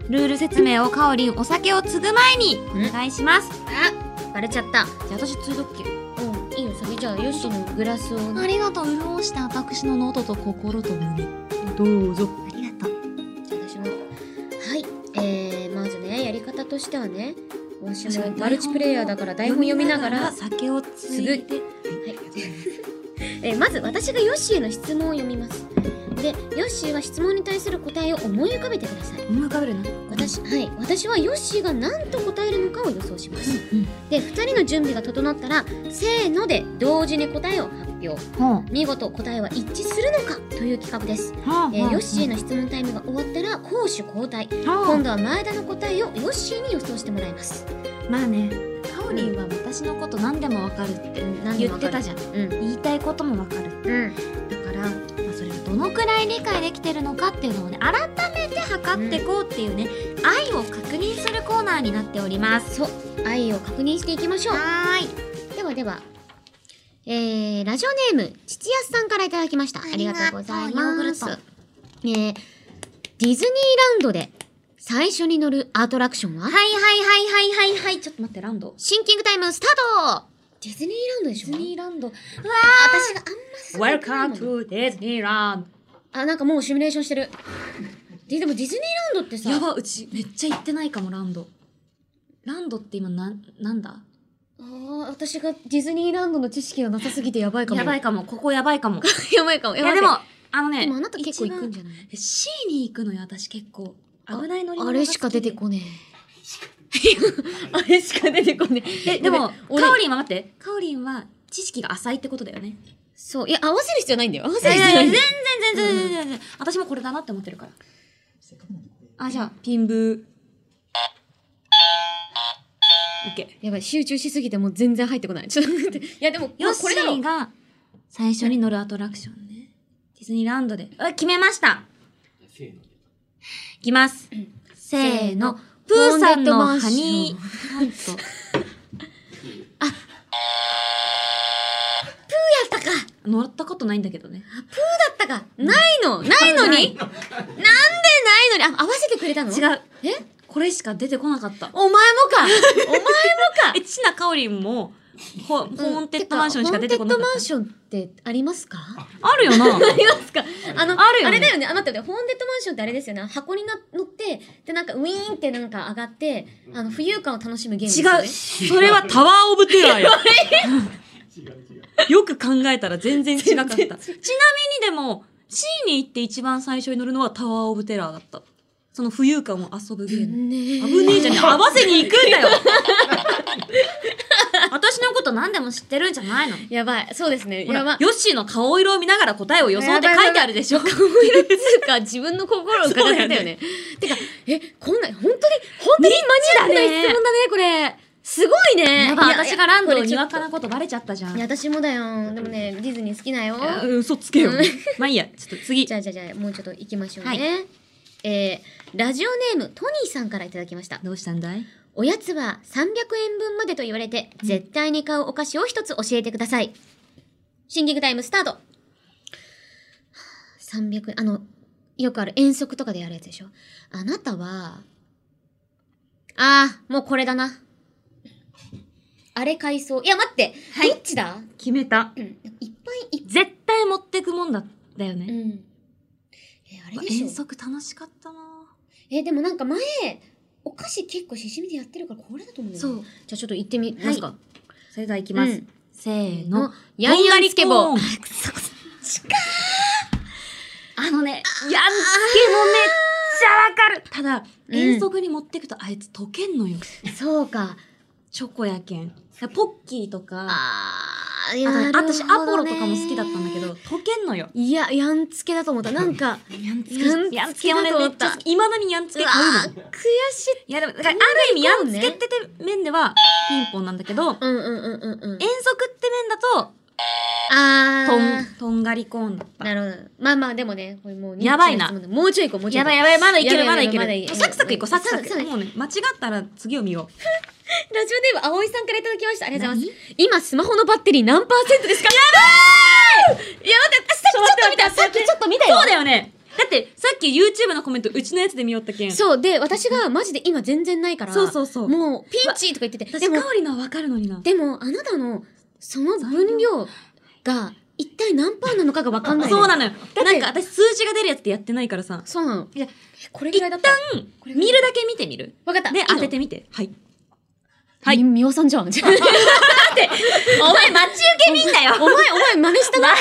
ルール説明をかおりんお酒を継ぐ前にお願いしますじ
バレちゃっ
ゃ
た。
あ私継いどっけ
うん、いいよ。それじゃあ、ヨッシーのグラスを。
ありがとう潤した私の喉と心と胸どうぞありがとう
私もはい、えー、まずねやり方としてはね私
確か
も
に
マルチプレイヤーだから台本読みながら
酒を継いで
えーまず私がヨッシーへの質問を読みますでヨッシーは質問に対する答えを思い浮かべてください
思い浮かべるな
私,、はい、私はヨッシーが何と答えるのかを予想します、
うん
で2人の準備が整ったらせーので同時に答えを発表
ほう
見事答えは一致するのかという企画です、
ほ
えーヨッシーの質問タイムが終わったら攻守交代
ほう
今度は前田の答えをヨッシーに予想してもらいます。
まあねかおりんは私のこと何でもわかるって言ってた
ゃ
じゃん
ん。うん。
言いたいこともわかる
うん。
だから、まあ、それがどのくらい理解できてるのかっていうのをね改めて測っていこうっていうね、愛を確認するコーナーになっております
そう。愛を確認していきましょう。
はーい
ではでは。えー、ラジオネーム、父安さんからいただきました。ありがとうござい
ありがとうヨーグ
ま
ル
す
ト。
えー、ディズニーランドで最初に乗るアトラクションは、
はいはいはいはいはいはいちょっと待ってランド
シンキングタイムスタートディズニーランドでしょ
ディズニーランド
私があんま進めてな
Welcome
いもん
to Disneyland
あ、なんかもうシミュレーションしてる。で、でもディズニーランドってさ、
やばうちめっちゃ行ってないかもランドランドって今なんなんだ
あー私がディズニーランドの知識がなさすぎてやばいかも。
やばいかもここやばいかも
やばいかも。
いやでもあのね
でもあなた結構行くん
ゃ
じゃない
C に行くのよ私結構危ない乗り物が好き
あ
で
れしか出てこねえ。あれしか出てこねえ。
えでも
俺
かおりんは待ってかおりんは知識が浅いってことだよね。
そう。いや、合わせる必要ないんだよ。合わ
い
せる
やいや
必要ない
全
んだ
然
よ。
全然全然全然。私もこれだなって思ってるから。あ、じゃあ、ピンブー。オッケー。
やばい、集中しすぎてもう全然入ってこない。ちょっ と待って。いや、でも、
ヨ
も
ッ
う
シ
これだろ
ー。が最初に乗るアトラクションね。ディズニーランドで。あ、決めました。いきます。せーの。プーさんのハニーハント。
だったか。だ
乗ったことないんだけどね。
ったか。ないの。ないのに。なんでないのに。あ、合わせてくれたの
違。う。
え
これしか出てこなかった。
お前もか。お前もか。
え、ちなかおりんも、ホホーンテッドマンションしか出てこなかった。
ホーンテッドマンションってありますかあ
あるよな。
りますかあの、
あ
あ
るよね
れだよね。あ、待って待って。ホーンテッドマンションってあれですよね。箱にな乗って、で、なんかウィーンってなんか上がって、あの、浮遊感を楽しむゲームです
違
よね。
う。それはタワーオブテラーよ。よく考えたら全然違かった。ちなみにでも、C に行って一番最初に乗るのはタワーオブテラーだった。その浮遊感を遊ぶゲーム。
ね
危ねえじゃねえ。合わせに行くん だよ私のこと何でも知ってるんじゃないの
え。やばい。そうですね。
ほ
やば
ら
い。
ヨッシーの顔色を見ながら答えを予想って書いてあるで しょ。
顔色っつうか、自分の心を伺ってたよね。てか、え、こんな、本当に、本当にマジだね。質問だね、これ。すごいね。
やばい私がランドにわ
わ
かなことバレちゃったじゃん。
いや、私もだよ。でもね、ディズニー好きだよ。
いや嘘つけよ
うん。
まあいいや、ちょっと次
じ。ゃあじゃあじゃあ、もうちょっと行きましょうね。
はい
えー、ラジオネーム、トニーさんからいただきました。
どうしたんだい
おやつは300円分までと言われて、絶対に買うお菓子を一つ教えてください。シンキングタイムスタート。はあ300円、あの、よくある遠足とかでやるやつでしょ。あなたは、ああ、もうこれだな。あれ買いそう。いや、待って、どっちだ
決めた。
うんいっぱいいっ
絶対持ってくもんだだよ
う
ね。
ん。え、あれでしょ
遠足楽しかったな
えでもなんか前お菓子結構しじみでやってるからこれだと思うよ
そう
じゃあちょっと行ってみますか、
それではいきます。
うん
せーの。
ヤンヤンスケボー
ー。あのね、ヤンスケもめっちゃわかる。ただ、
うん
遠足に持ってくとあいつ溶けんのよ。
そうか
チョコやけん。ポッキーとか、あ
あー
と
なるほどね
私アポロとかも好きだったんだけど、溶けんのよ。
いやヤンつけだと思ったなんか
ヤンつ
ヤン
け、
つけ
ヤンつけもね、
だと
め
思
っ
っ
ちゃ好
た
き。未だにヤンつけ買うの。
うわー悔しい
いやでも、だからある意味、や
こ
ん
ん
つ
な
け
に
ってて面では、ピンポンなんだけど、遠
うんうんうんうん
足
うん
って面だと、
あ
とん、とんがりコーンだった。
なるほどまあまあでもねこれもう
やばいな
ニッチ質問でもうちょい行こうもうちょい
やば
行こう
いやばい、まだいける、ま
やば
だ
い
い
やばい
ける。
まだい
も
ける
うサクサクいこう、サクサ
そうだそう
ク。
だ
もうね、間違ったら次を見よう。
ラジオネーム葵さんからいただきましたありがとうございます今スマホのバッテリー何パーセントですかやばーいいや待ってさ っきちょっと見たさっきちょっと見たよ
そうだよね。だって、さっき YouTube のコメント、うちのやつで見よったけん。
そうで私がマジで今全然ないから
そうそうそう
もうピンチとか言っててで
私、
も
かおりのはわかるのにな。
でもあなたのその分量が一体何パーなのかが分かんない
そうな
の
のよ。
て
なんか私、数字が出るやつってやってないからさ。
そうなの
いや
これぐ
一
らいだ
旦
った、
見るだけ見てみる。
分かった
で
いい、の
当ててみて。はい。はい
みみおさんじゃ んだってお前
お前、待ち受け見んなよ
お前真似したな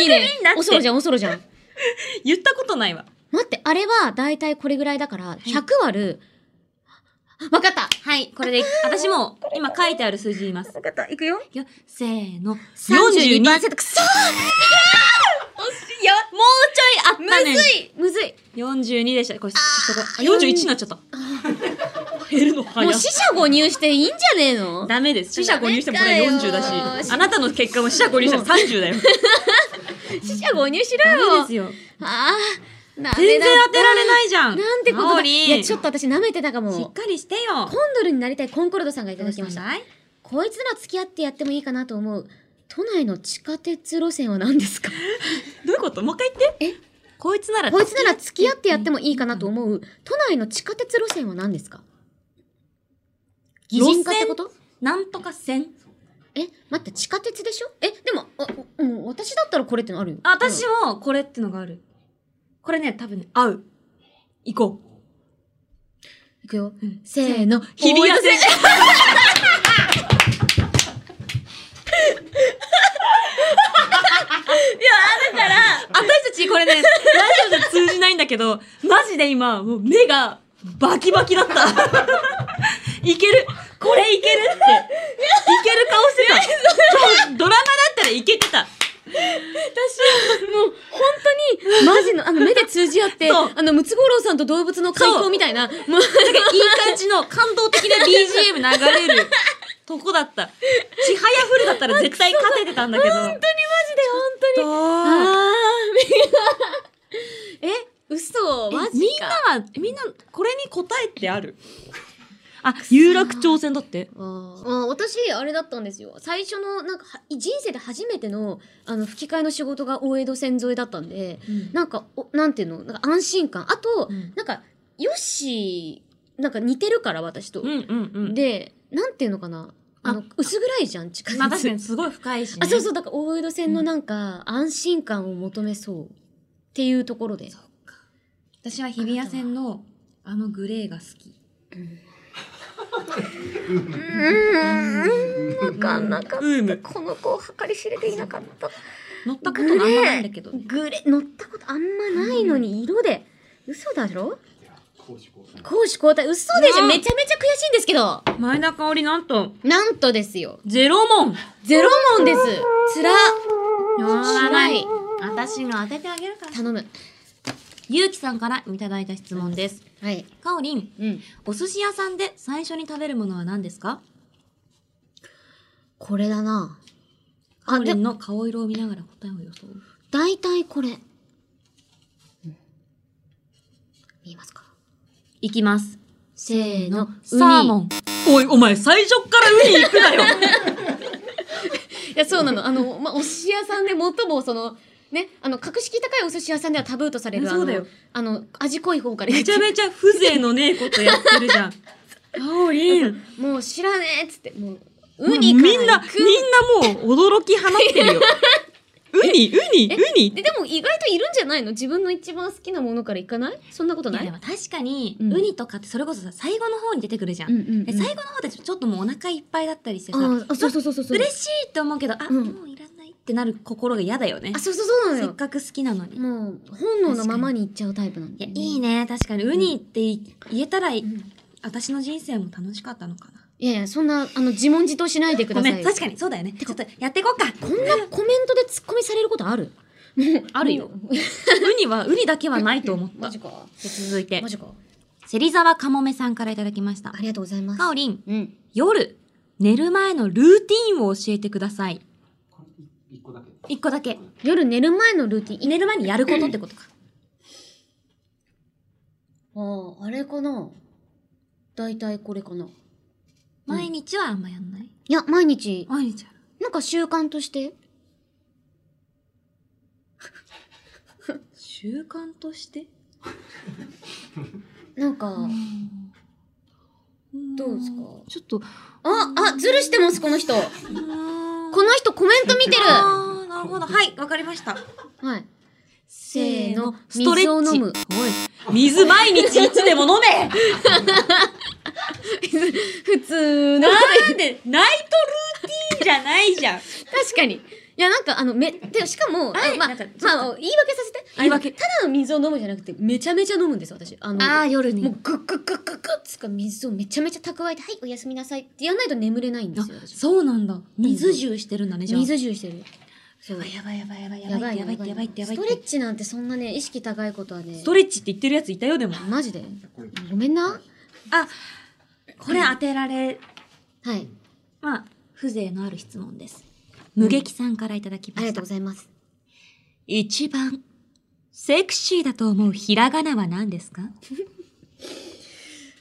いいね
みんなって
おそろじゃんおそろじゃん
言ったことないわ。
待って、あれはだいたいこれぐらいだから、100割る、わかった
はい、これで、私もう今書いてある数字言います。
わかった、いくよ。
いやせーの。も
32%、
う
くそ
ちょいあったね。
ーむずい
42でした。これ、そこ。あ、41になっちゃった。減るの
も
早
う
い。
死者誤入していいんじゃねえの
ダメです。死者誤入してもこれ40だ
ダメかよ
し。あなたの結果も死者誤入したら30だよ。
死者誤入しろ
ダメ
よ
ですよ。
ああ、ダメだ
全然当てられないじゃん。
なんてこと
マオ
だ。
リン
いや、ちょっ
し
と私舐めてたかも。
っ
コン
かりしてよ。
ドルになりたいコンコルドさんがいた
どう
だ
し
き
た
ま
ん
した。
だい
こいつなら付き合ってやってもいいかなと思う。都内の地下鉄路線は 何ですか
どういうこともう一回言って。えこいつなら、
こいつなら付き合ってやってもいいかなと思う、都内の地下鉄路線は何ですか擬人化ってこと
なんとか線。
え、待って、地下鉄でしょえ、でも、あ、うん、私だったらこれってのあるよ。
あ私もこれってのがある。これね、多分ね、合う。行こう。
うんいくよ。
うん
せーの、
日比谷
大江
線。いや、だから、私たちこれね、ラジオで通じないんだけど、マジで今、もう目がバキバキだった。いける。これいけるって。いける顔してた。ドラマだったらいけてた。
私はもう本当にマジのあの目で通じ合って
そう
あのムツゴロウさんと動物の解放みたいなもう
なんかいい感じの感動的な BGM 流れるとこだった。ちはやふるだったら絶対勝ててたんだけど。本当に マ
あーえ嘘マジ
えみ
か
んなは、みんな、これに答えってあるあ、有楽町線だって。
あーあー私あれだったんですよ最初のなんかは人生で初めてのあの吹き替えの仕事が大江戸線沿いだったんでなんかおなんていうのなんか安心感あと、
うん
なんかよっしーなんか似てるから私と、
うんうんうん。
でなんていうのかなあの薄暗いじゃん近く
まあ確かにすごい深いし、ね。
あそうそうだから大江戸線のなんか安心感を求めそうっていうところで、
私は日比谷線のあのグレーが好き。
分かんなかっ
うむ。
この子を計り知れていなかった
乗ったことあんまないんだけどね。
グレ乗ったことあんまないのに色で嘘だろ攻守交代嘘でし
う
ょ
ん
めちゃめちゃ悔しいんですけど
前田香織なんと、
なんとですよ
ゼロ問
ゼロ問ですつら辛い
私の当ててあげるから。
頼む
ゆうきさんからいただいた質問です。
はい
かおりん、
うん
お寿司屋さんで最初に食べるものは何ですか
これだな
か
あ
お
で
りん
も
の顔色を見ながら答えを予想。
大体これ見えますか
いきます。
せーの
サーモ
ン
ン。おい、お前最初からウニ行くなよ
いやそうなのあの、まあ、お寿司屋さんで最もそのねあの格式高いお寿司屋さんではタブーとされるあの
そうだよ
あの味濃い方から
めちゃめちゃ風情のねえことやってるじゃん。かおりん。
もう知らねえっつってもう
も
ウ
う
ニから
みんな、
行く
みんなもう驚き放って るよ。ウニ、ウニ、ウニ
ででも意外といるんじゃないの自分の一番好きなものからいかないそんなことない
いやでも確かに、
うん
ウニとかってそれこそさ最後の方に出てくるじゃん、
うんうんうん
で最後の方でちょっともうお腹いっぱいだったりしてさ
ああそうそうそうそうそう
嬉しいって思うけどあ、
うん
もういらないってなる心が嫌だよね
あそうそうそうなの
せっ
よ
かく好きなのに、い
もう本能のままにいっちゃうタイプなんだ
や
よね
いいね確かにウニってい言えたらい、
ん
私の人生も楽しかったのかない
やいやそんなあの自問自答しないでく
ご
ださ
め
い
ん確かにそうだよねちょっとやっていこうか
こんなコメントで突っ込みされることある
あるよウニはウニだけはないと思っ
マ
た
ジか
続いて
マジか
芹沢かもめさんからいただきました
ありがとうございます
かおりん
うん
夜、寝る前のルーティンを教えてください。一個だけ。
夜寝る前のルーティン
寝る前にやることってことか。
あああれかなだいたいこれかない
毎日はあんまやんない。
や毎日
毎日やる。
なんか習慣として
習慣として
なんかどうですか
ちょっと、
ああズルしてますこの人こ
うーん
の人コメント見てるは
あー、なるほど。はい、わかりました。
い
せ
ーの
ストレッチ。
水を飲む
おい水毎日いつでも飲め
普通の
なんで、ナイトルーティンじゃないじゃん。
確かにいやなんかあのめでしかも、
はい
あま
な
あ、ま
ん
あ
かちょっと
言い訳させて
言い訳
ただの水を飲むじゃなくてめちゃめちゃ飲むんですよ私あの
ー、夜
もうグッグッグッグッグッつうか水をめちゃめちゃ蓄えて「はいおやすみなさい」ってやんないと眠れないんで
あ
すよ私
そうなんだ。水重してるんだね、じゃあ。
水中してるそう
やばいやばいやばい
やばい
やばいってやばいってやばいってやばいって
ストレッチなんてそんなね意識高いことはね
ストレッチって言ってるやついたよでも
マジでごめんな
あこれ当てられ
はい
まあ風情のある質問です無劇さんからいただき
あ
ま
り
し
が
た、
とうございます
一番セクシーだと思うひらがなは何ですか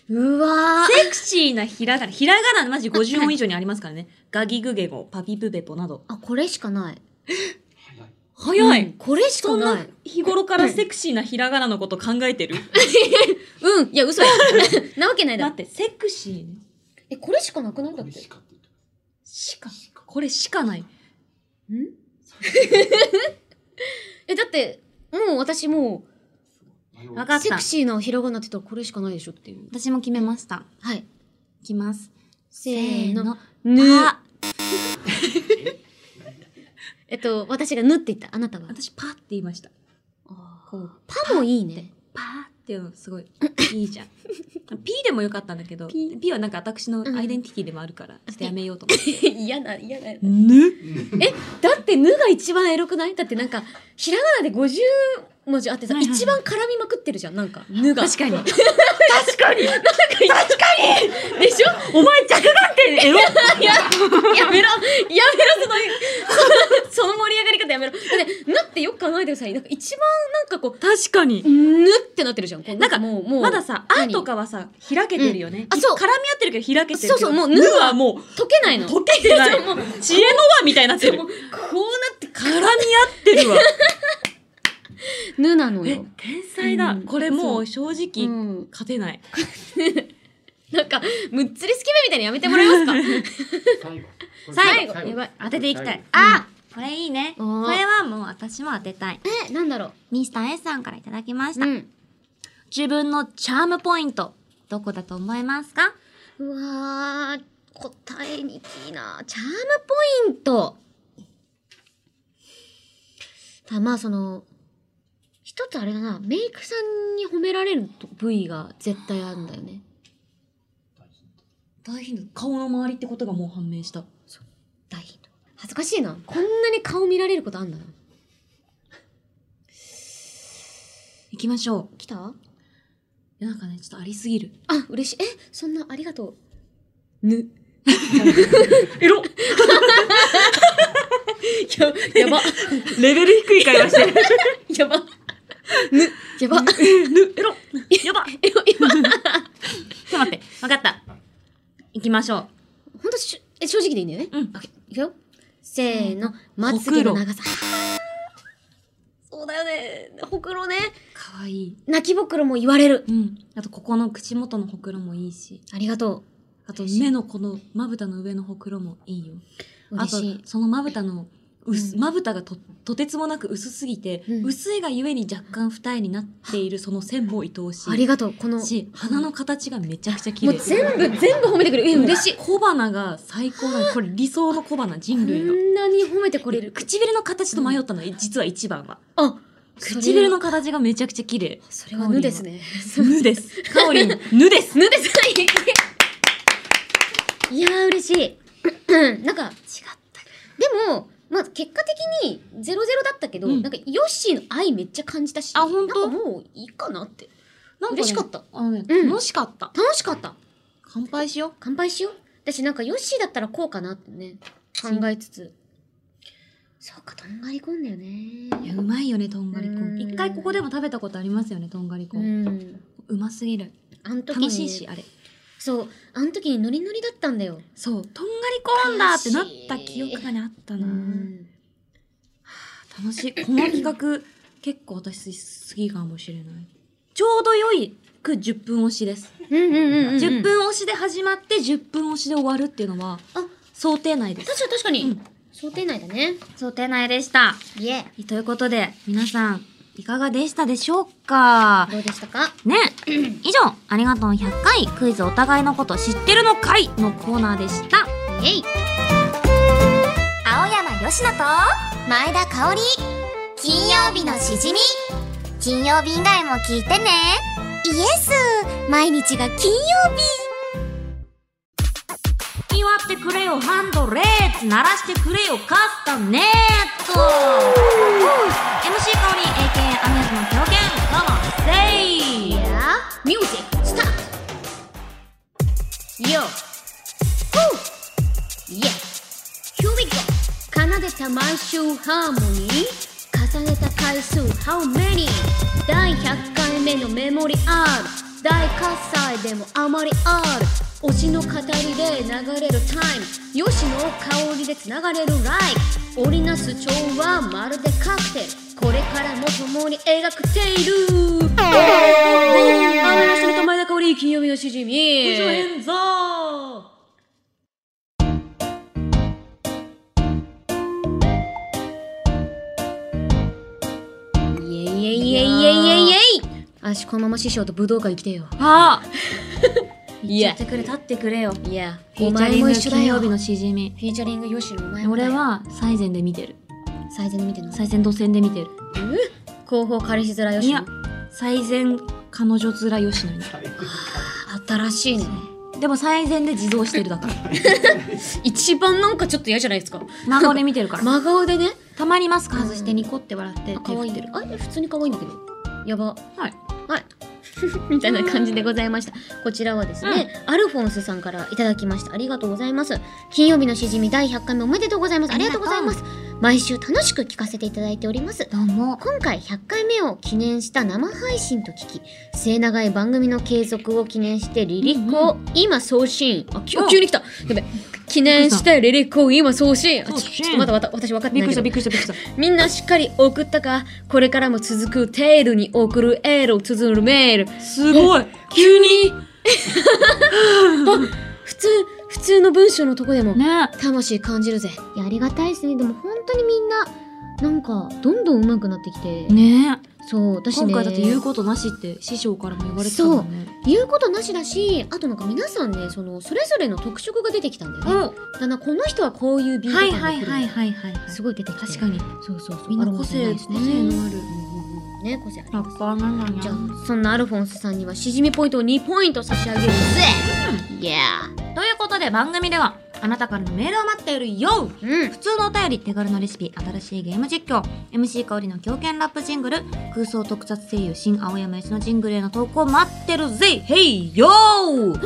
うわ
セクシーなひらがなひらがなマジ50音以上にありますからねガギグゲゴパピプペポなど
あこれしかない
早い、
うんこれし
そ
か
ん
な
ない日頃からセクシーなひらがなのこと考えて る
うんいや 嘘やなわけない
待っ
だ
てセクシーね
えこれしかなくないだってん
しかこれしかない
えだってもう私も
分か
う
っ
セ
た
クシーなひらがなって言ったらこれしかないでしょっていう
私も決めました
はい
いきますせ
ーの
ぬ
ぬ えっと私がぬって言ったあなたは
私パって言いました
あー
こう
パもいいね
パーっていうのすごいいいじゃん P でもよかったんだけど
P
P, はなんか私のアイデンティティでもあるから、ちょっとやめよう と思って。
嫌な、嫌な。
ね
だって、ぬが一番エロくないだってなんか、ひらがなで50文字あってさ、
はいはいはい
一番絡みまくってるじゃん、なんか。ぬが。
確かに。
確かに 確かにでしょ
お前着眼点エロ
や、やめろやめろ その、その盛り上がり方やめろだって、ぬってよく考えてください。なんか一番なんかこ
確か
う、
に。
ぬってなってるじゃん。こう
なんか
もう、もう。
まださ、あ
何
とかはさ、開けてるよね。
うんあそう
絡み合ってるけど開けてるけど。
そうそうもう
ぬはもう、
溶けないの。
溶けてない。
そうもう
知恵の輪みたいになってる。
も
絡
う
み
こうなってか
合
ら
ってるわ。
ぬなの
え
よ。、
天才だ。
うん
これもう正直、
うん
勝てない。
なんか、むっつりスケベみたいにやめてもらえ ますか
最後
最後
これ
やばい
当てていきたい。
あ
これいいね。
おー
これはもう私も当てたい。
え、なんだろ
ミスター S さんからいただきまし
う。
た。
ん。
自分のチャームポイント、どこだと思いますか
うわー、答えにきいな。チャームポイント。たまあその、一つあれだな、メイクさんに褒められる部位が絶対あるんだよね。
大変だ。顔の周りってことがもう判明した。
大ヒント。恥ずかしいな。こんなに顔見られることあんだな。
行きましょう。
来た
いやなんかね、ちょっとありすぎる。
あ、嬉しい。え、そんな、ありがとう。ぬ。
エロ
や、 やば。
レベル低い会話 してる。
やば。ぬ。やば。
ぬ、エロや ば
え、今、
ちょっと待って。わかった。行きましょう。
ほんとしゅ、え、正直でいいんだよね。
うん。
いくよ。せーの。ま
ほ
つ
く
げ
ろ
の長さ。そうだよね。ほくろね。
かわいい。
泣きぼくろも言われる。
うん。あと、ここの口元のほくろもいいし。
ありがと
あと、目のこのまぶたの上のほくろもいいよ。
う。
あ
嬉
と
しい。、
そのまぶたの薄、
うん
まぶたがととてつもなく薄すぎて、
うん
薄いがゆえに若干二重になっているその線も愛おしい。
ありがとう。この、も
し、鼻の形がめちゃくちゃ綺
う
麗。
全部、全部褒めてくれる。え、嬉しい。
小鼻が最高 だね。これ理想の小鼻、
こ
人類の。
んなに褒めてこれる。
唇の形と迷ったの、実は一番は。
あ、
唇の
そ
形がめちゃくちゃ綺麗。
れは、それはぬですね。
ぬです。かおりん、ぬです。
ぬです。いやー、嬉しい。 なんか、違った。でも、まあ、結果的に0-0だったけど、
うん
なんか、ヨッシーの愛めっちゃ感じたし、
あほんと
なんかもういいかなって。
なんね
嬉しかっ。た。
あのね、
うん
楽しかった。
楽しかった。
乾杯しよう。
乾杯しよう。私なんか、ヨッシーだったらこうかなってね、考えつつ。そうか、とんがりこんだよ
いや、
ね。
うまいよね、とんがりこ
うん
ん。一回ここでも食べたことありますよね、とんがりこ。
うんん。
うますぎる。
あの時に、
楽しいし、。あれ。
そう、あの時にノリノリだったんだよ。
そう、とんがりこんだってなった記憶がね、あった
う
な。楽しい。この企画、結構私好きかもしれない。 ちょうど良いく10分押しです。
うんうんうんうん、うん。
10分押しで始まって10分押しで終わるっていうのは
あ
想定内です。
確かに確かに、
うん
想定内だね
想定内でした。
いえ
ということで、皆さん、いかがでしたでしょうか
どうでしたか
ね、以上、ありがとう100回クイズお互いのこと知ってるのかいのコーナーでした。
えい
青山よしと前田香織金曜日のしじみ金曜日以外も聞いてねイエス毎日が金曜日
祝ってくれよ、ハンドレッツ鳴らしてくれよ、カスタネット !MC 香り AKA アミューズの狂犬、カモン、セイ
やミュージックスタートよイエ Here we go 奏でた毎週ハーモニー重ねた回数 How many 第100回目のメモリアル大喝采でもあまりある推しの語りで流れるタイムよしの香りでつながれるライフ織りなす調はまるでカクテルこれからも共に描くている青山しのと前田香織金曜日のしじみ
変ぞ
イエイエイエイエイエイエイあしこのまま師匠と武道館行きてよ
あ
い
立ってくれ、立ってくれよ。
いや
お
お
前
前
も
も
一
一
緒
緒
だ
だ
よ。金曜
よ
日
フ
のしじみ。
ィーチャリングよしのお前もだ
俺
よ
は最善で見てる。
最善見てんの
最善同線で見てる。
後方彼氏面よし
い
の
や、最善彼女面よしのに。
最後
あったらしいね
でも最善で自動してるだから。
一番なんかちょっと嫌じゃないですか
真顔で見てるから。
真顔でね
たまにマスク外してニコって笑って手
可
振
愛
っ
い
てる。
あれ普通に可愛いんだけどやば
はい
はい みたいな感じでございましたこちらはですね、アルフォンスさんからいただきましたありがとうございます金曜日のしじみ第100回目おめでとうございますありがとうございます毎週楽しく聞かせていただいております
どうも
今回100回目を記念した生配信と聞き末永い番組の継続を記念してリリコを今送信、あき
うん
急に来たやべ記念してリリコを今送信あ
送
ち
信
ょっとまだわた私分かって
びっ
な
くりした
いけど
びっくりしたびっくりし
みんなしっかり送ったかこれからも続くテールに送るエールを綴るメール
た。すごい急に
普通普通の文章のとこでも
ね
魂感じるぜいやありがたいですねでも本当にみんななんかどんどん上手くなってきて、
ね
そう私ね
今回だって言うことなしって師匠からも言われてたもんね。
言うことなしだしあとなんか皆さんねそのそれぞれの特色が出てきたんだよね、
は
だからこの人はこういうビート
い
感が
はい
来る
はいはいはい。
すごい出てきて
確かに。
そうそうそう
みんな個性、個性
アロマじゃないですね
のある。
うんうんね個性あり
ラ
ます
ッパーなんだにゃ
じゃあそんなアルフォンスさんにはしじみポイントを2ポイント差し上げるぜ、イエ
ということで番組ではあなたからのメールを待っているよ
ーうん
普通のお便り手軽なレシピ新しいゲーム実況 MC 香りの狂犬ラップジングル空想特撮声優新青山一のジングルへの投稿待ってるぜヘイヨー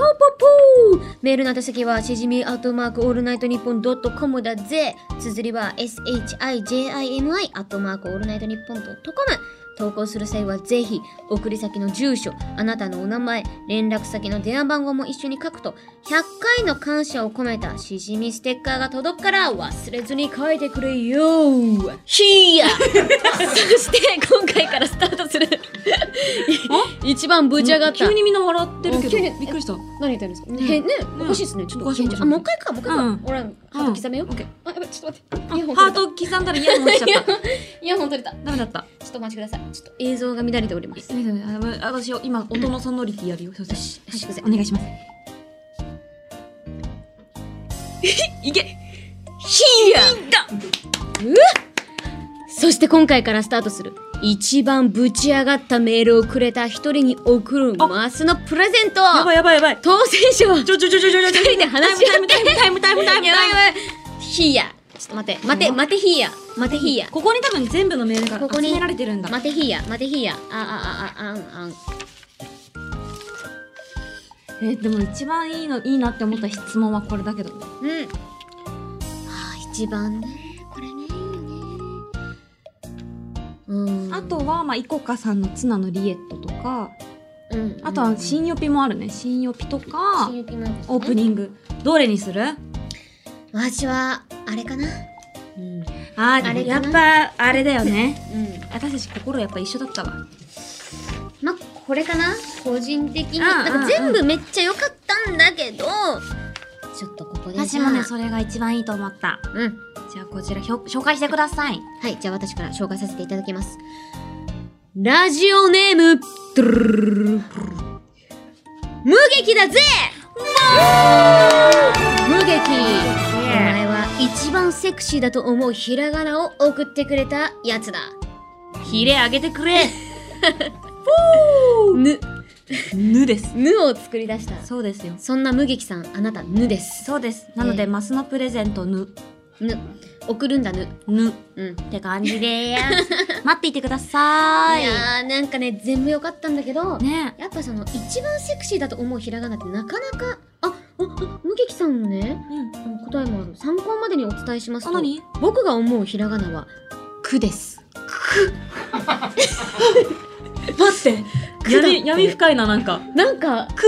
メールの宛先はしじみアットマークオールナイトニッポンドットコムだぜ綴りは SHIJIMI アットマークオールナイトニッポンドットコム投稿する際はぜひ送り先の住所あなたのお名前連絡先の電話番号も一緒に書くと100回の感謝を込めたしじみステッカーが届くから忘れずに書いてくれよヒーヤ そして今回からスタートする 一番ぶち上がった
急にみんな笑ってるけ
うん
ど
急に
びっくりした
何言ってるんですか、
ん
へね
ん
おかしいですねちょっと
おかしい
緊
お
張
かしい
あもう一回かもう一回か、
うん
俺らハート刻めよ、
うんオッケー
あやばいちょっと待っ
あ
てイヤホン
ハ
取
ー
れ
ト
た
刻んだらイヤホンしちゃった
イヤホン取れたちょ
ダメだった
っとお待ちくださいちょっと映像が乱れております
すみませんあの私を今音のソノリティやるよすいません
よしよし
お願いします いけ
ヒーヤうわそして今回からスタートする一番ぶち上がったメールをくれた一人に送る
あ
マスのプレゼント
やばいやばいやばい
当選者は
ちょちょちょちょちょちょ
二人で話し合
タイムタイムタイムタイムタイムタイム
やばいやばいヒーヤちょっと待って待て待てヒーヤ待てヒーヤ
ここに多分全部のメール
こ
が
こ
集
に
められてるんだ
待てヒーヤ待てヒーヤあああああんあん
えーでも一番いいのいいなって思った質問はこれだけど
うん。あー、一番ね。これね、いいよね。うん。
あと、はまあイコカさんのツナのリエットとか
うん、
あとは新予備もあるね新予備とか
新雪なんですね
オープニングどれにする
私は、あれかな。うん。うん。
あ
あれ
や
か
っ
な
ぱあれだよね私たち心やっぱ一緒だったわ
まあ、これかな。個人的に。
うんうんうん
なんか全部めっちゃ良かったんだけど、ちょっとここで
私
じゃあ。
もねそれが一番いいと思った
うん。
じゃあこちらひょ紹介してください
はい、じゃあ私から紹介させていただきます。ラジオネーム、ドゥルルルルルル無劇だぜ無劇お前は一番セクシーだと思うひらがなを送ってくれたやつだ。
ヒレあげてくれ
ぬ、
ぬです
ぬを作り出した。
そうですよ
そんな無劇さん、あなたぬです。
そうですなの
え
で
ー
マスのプレゼントぬ
ぬ、送るんだぬ。
ぬっ
うん。
て感じで ーす待っていてくださ
い
い
やー、なんかね、全部良かったんだけど、
ね
やっぱその一番セクシーだと思うひらがなってなかなかあああ無劇さんのね
うん
あの答えもある参考までにお伝えします
あ
と
何
僕が思うひらがなは「く」です
待って闇闇深いななんか
なんか
く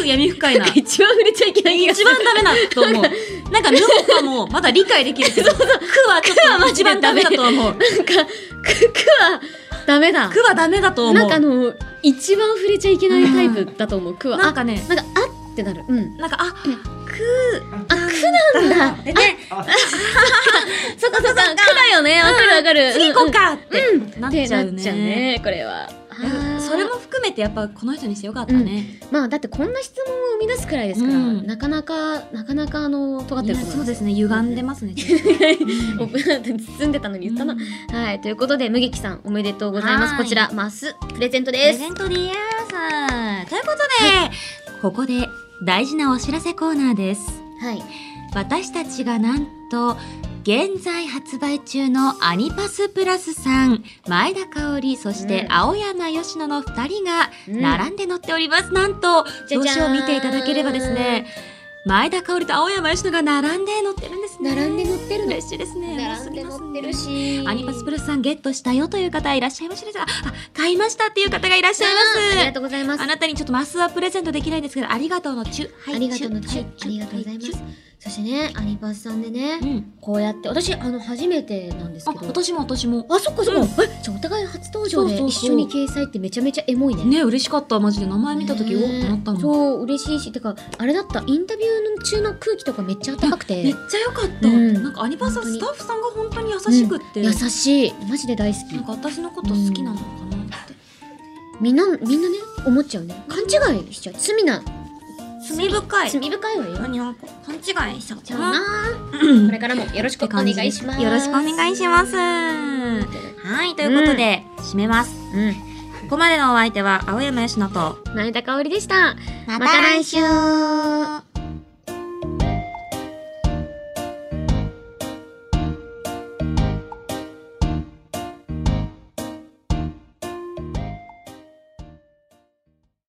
く闇深いな
一番触れちゃいけない気がす
一
る
番ダメだと思うなんかぬもかもまだ理解できる けどくはちょっと一番ダメだと思うく
なんか「く」くはダメだ
はダメだと思う
なんかあの一番触れちゃいけないタイプだと思う「く」は
なん
あ
かね
なんか「あ」ってなるうん
なんかあく
あ「く」なんだ
でね
そっかそっか「く」だよねわかるわかる
次行こうかって
うん
なっちゃうね
てなっちゃうねこれはあー
それも含めてやっぱこの人にしてよかったね
まあだってこんな質問を生み出すくらいですから、
うん
なかなかなかなかあの尖ってると思い
そう
ま。
ですすね歪んでますねちょっと
オープン包んでたのに言ったな。はいということで無劇さんおめでとうございます。
はい
こちらマスプレゼント
プレ
です
ゼ。ントディアースということで、ここで大事なお知らせコーナーです
はい。
私たちがなんと現在発売中のアニパスプラスさん前田香織そして
うん
青山佳乃の2人が
うん
並んで載っております、なんと
じゃ
表
じゃーん
紙を見ていただければですね前田香織と青山佳乃が並んで載ってるんですね
並んで乗ってるの。
嬉しいですね
並んで乗ってるし。
アニパスプ
ラ
ラスさんゲットしたよという方いらっしゃいましたでしょうかあ買いましたっていう方がいらっしゃい
あり
ま
が
す
とうございます
あ。なたにちょっとマスはプレゼントできないですけどありがとうのチュはい
ありがとうの
チ
チ
ュ
ュありがとうございま
チュ
す。そしてね、アニバースさんでね
う、ん
こうやって、私、あの、初めてなんです
あ
けど。
私も私も
あ、そっかそっか。
うん
え、じゃあお互い初登場で
そうそう
一
そう
緒に掲載ってめちゃめちゃエモいね。
ね嬉しかったマジで名前見た時お
ね
おってなったの
そう、嬉しいし、てか、あれだった、インタビューの中の空気とかめっちゃ暖かく、
めってちゃ良かった、
うん
なんかアニバさん
本当に
スタッフさんが本当に優しくって、
優しい。マジで大好き
なん。か私のこと好きなのかなって、
みんな、みんなね、思っちゃうね。勘違いしちゃう。罪な、
罪深い
罪深いわよ。
何なんか勘違いしちゃっ
じ
た
ゃあ
な
な、
うん
これからもよろしくお願いします。
よろしくお願いしますはいということで、締めます
う
ここまでのお相手は青山佳乃と
ん。前田香織でした。
ま
また来
週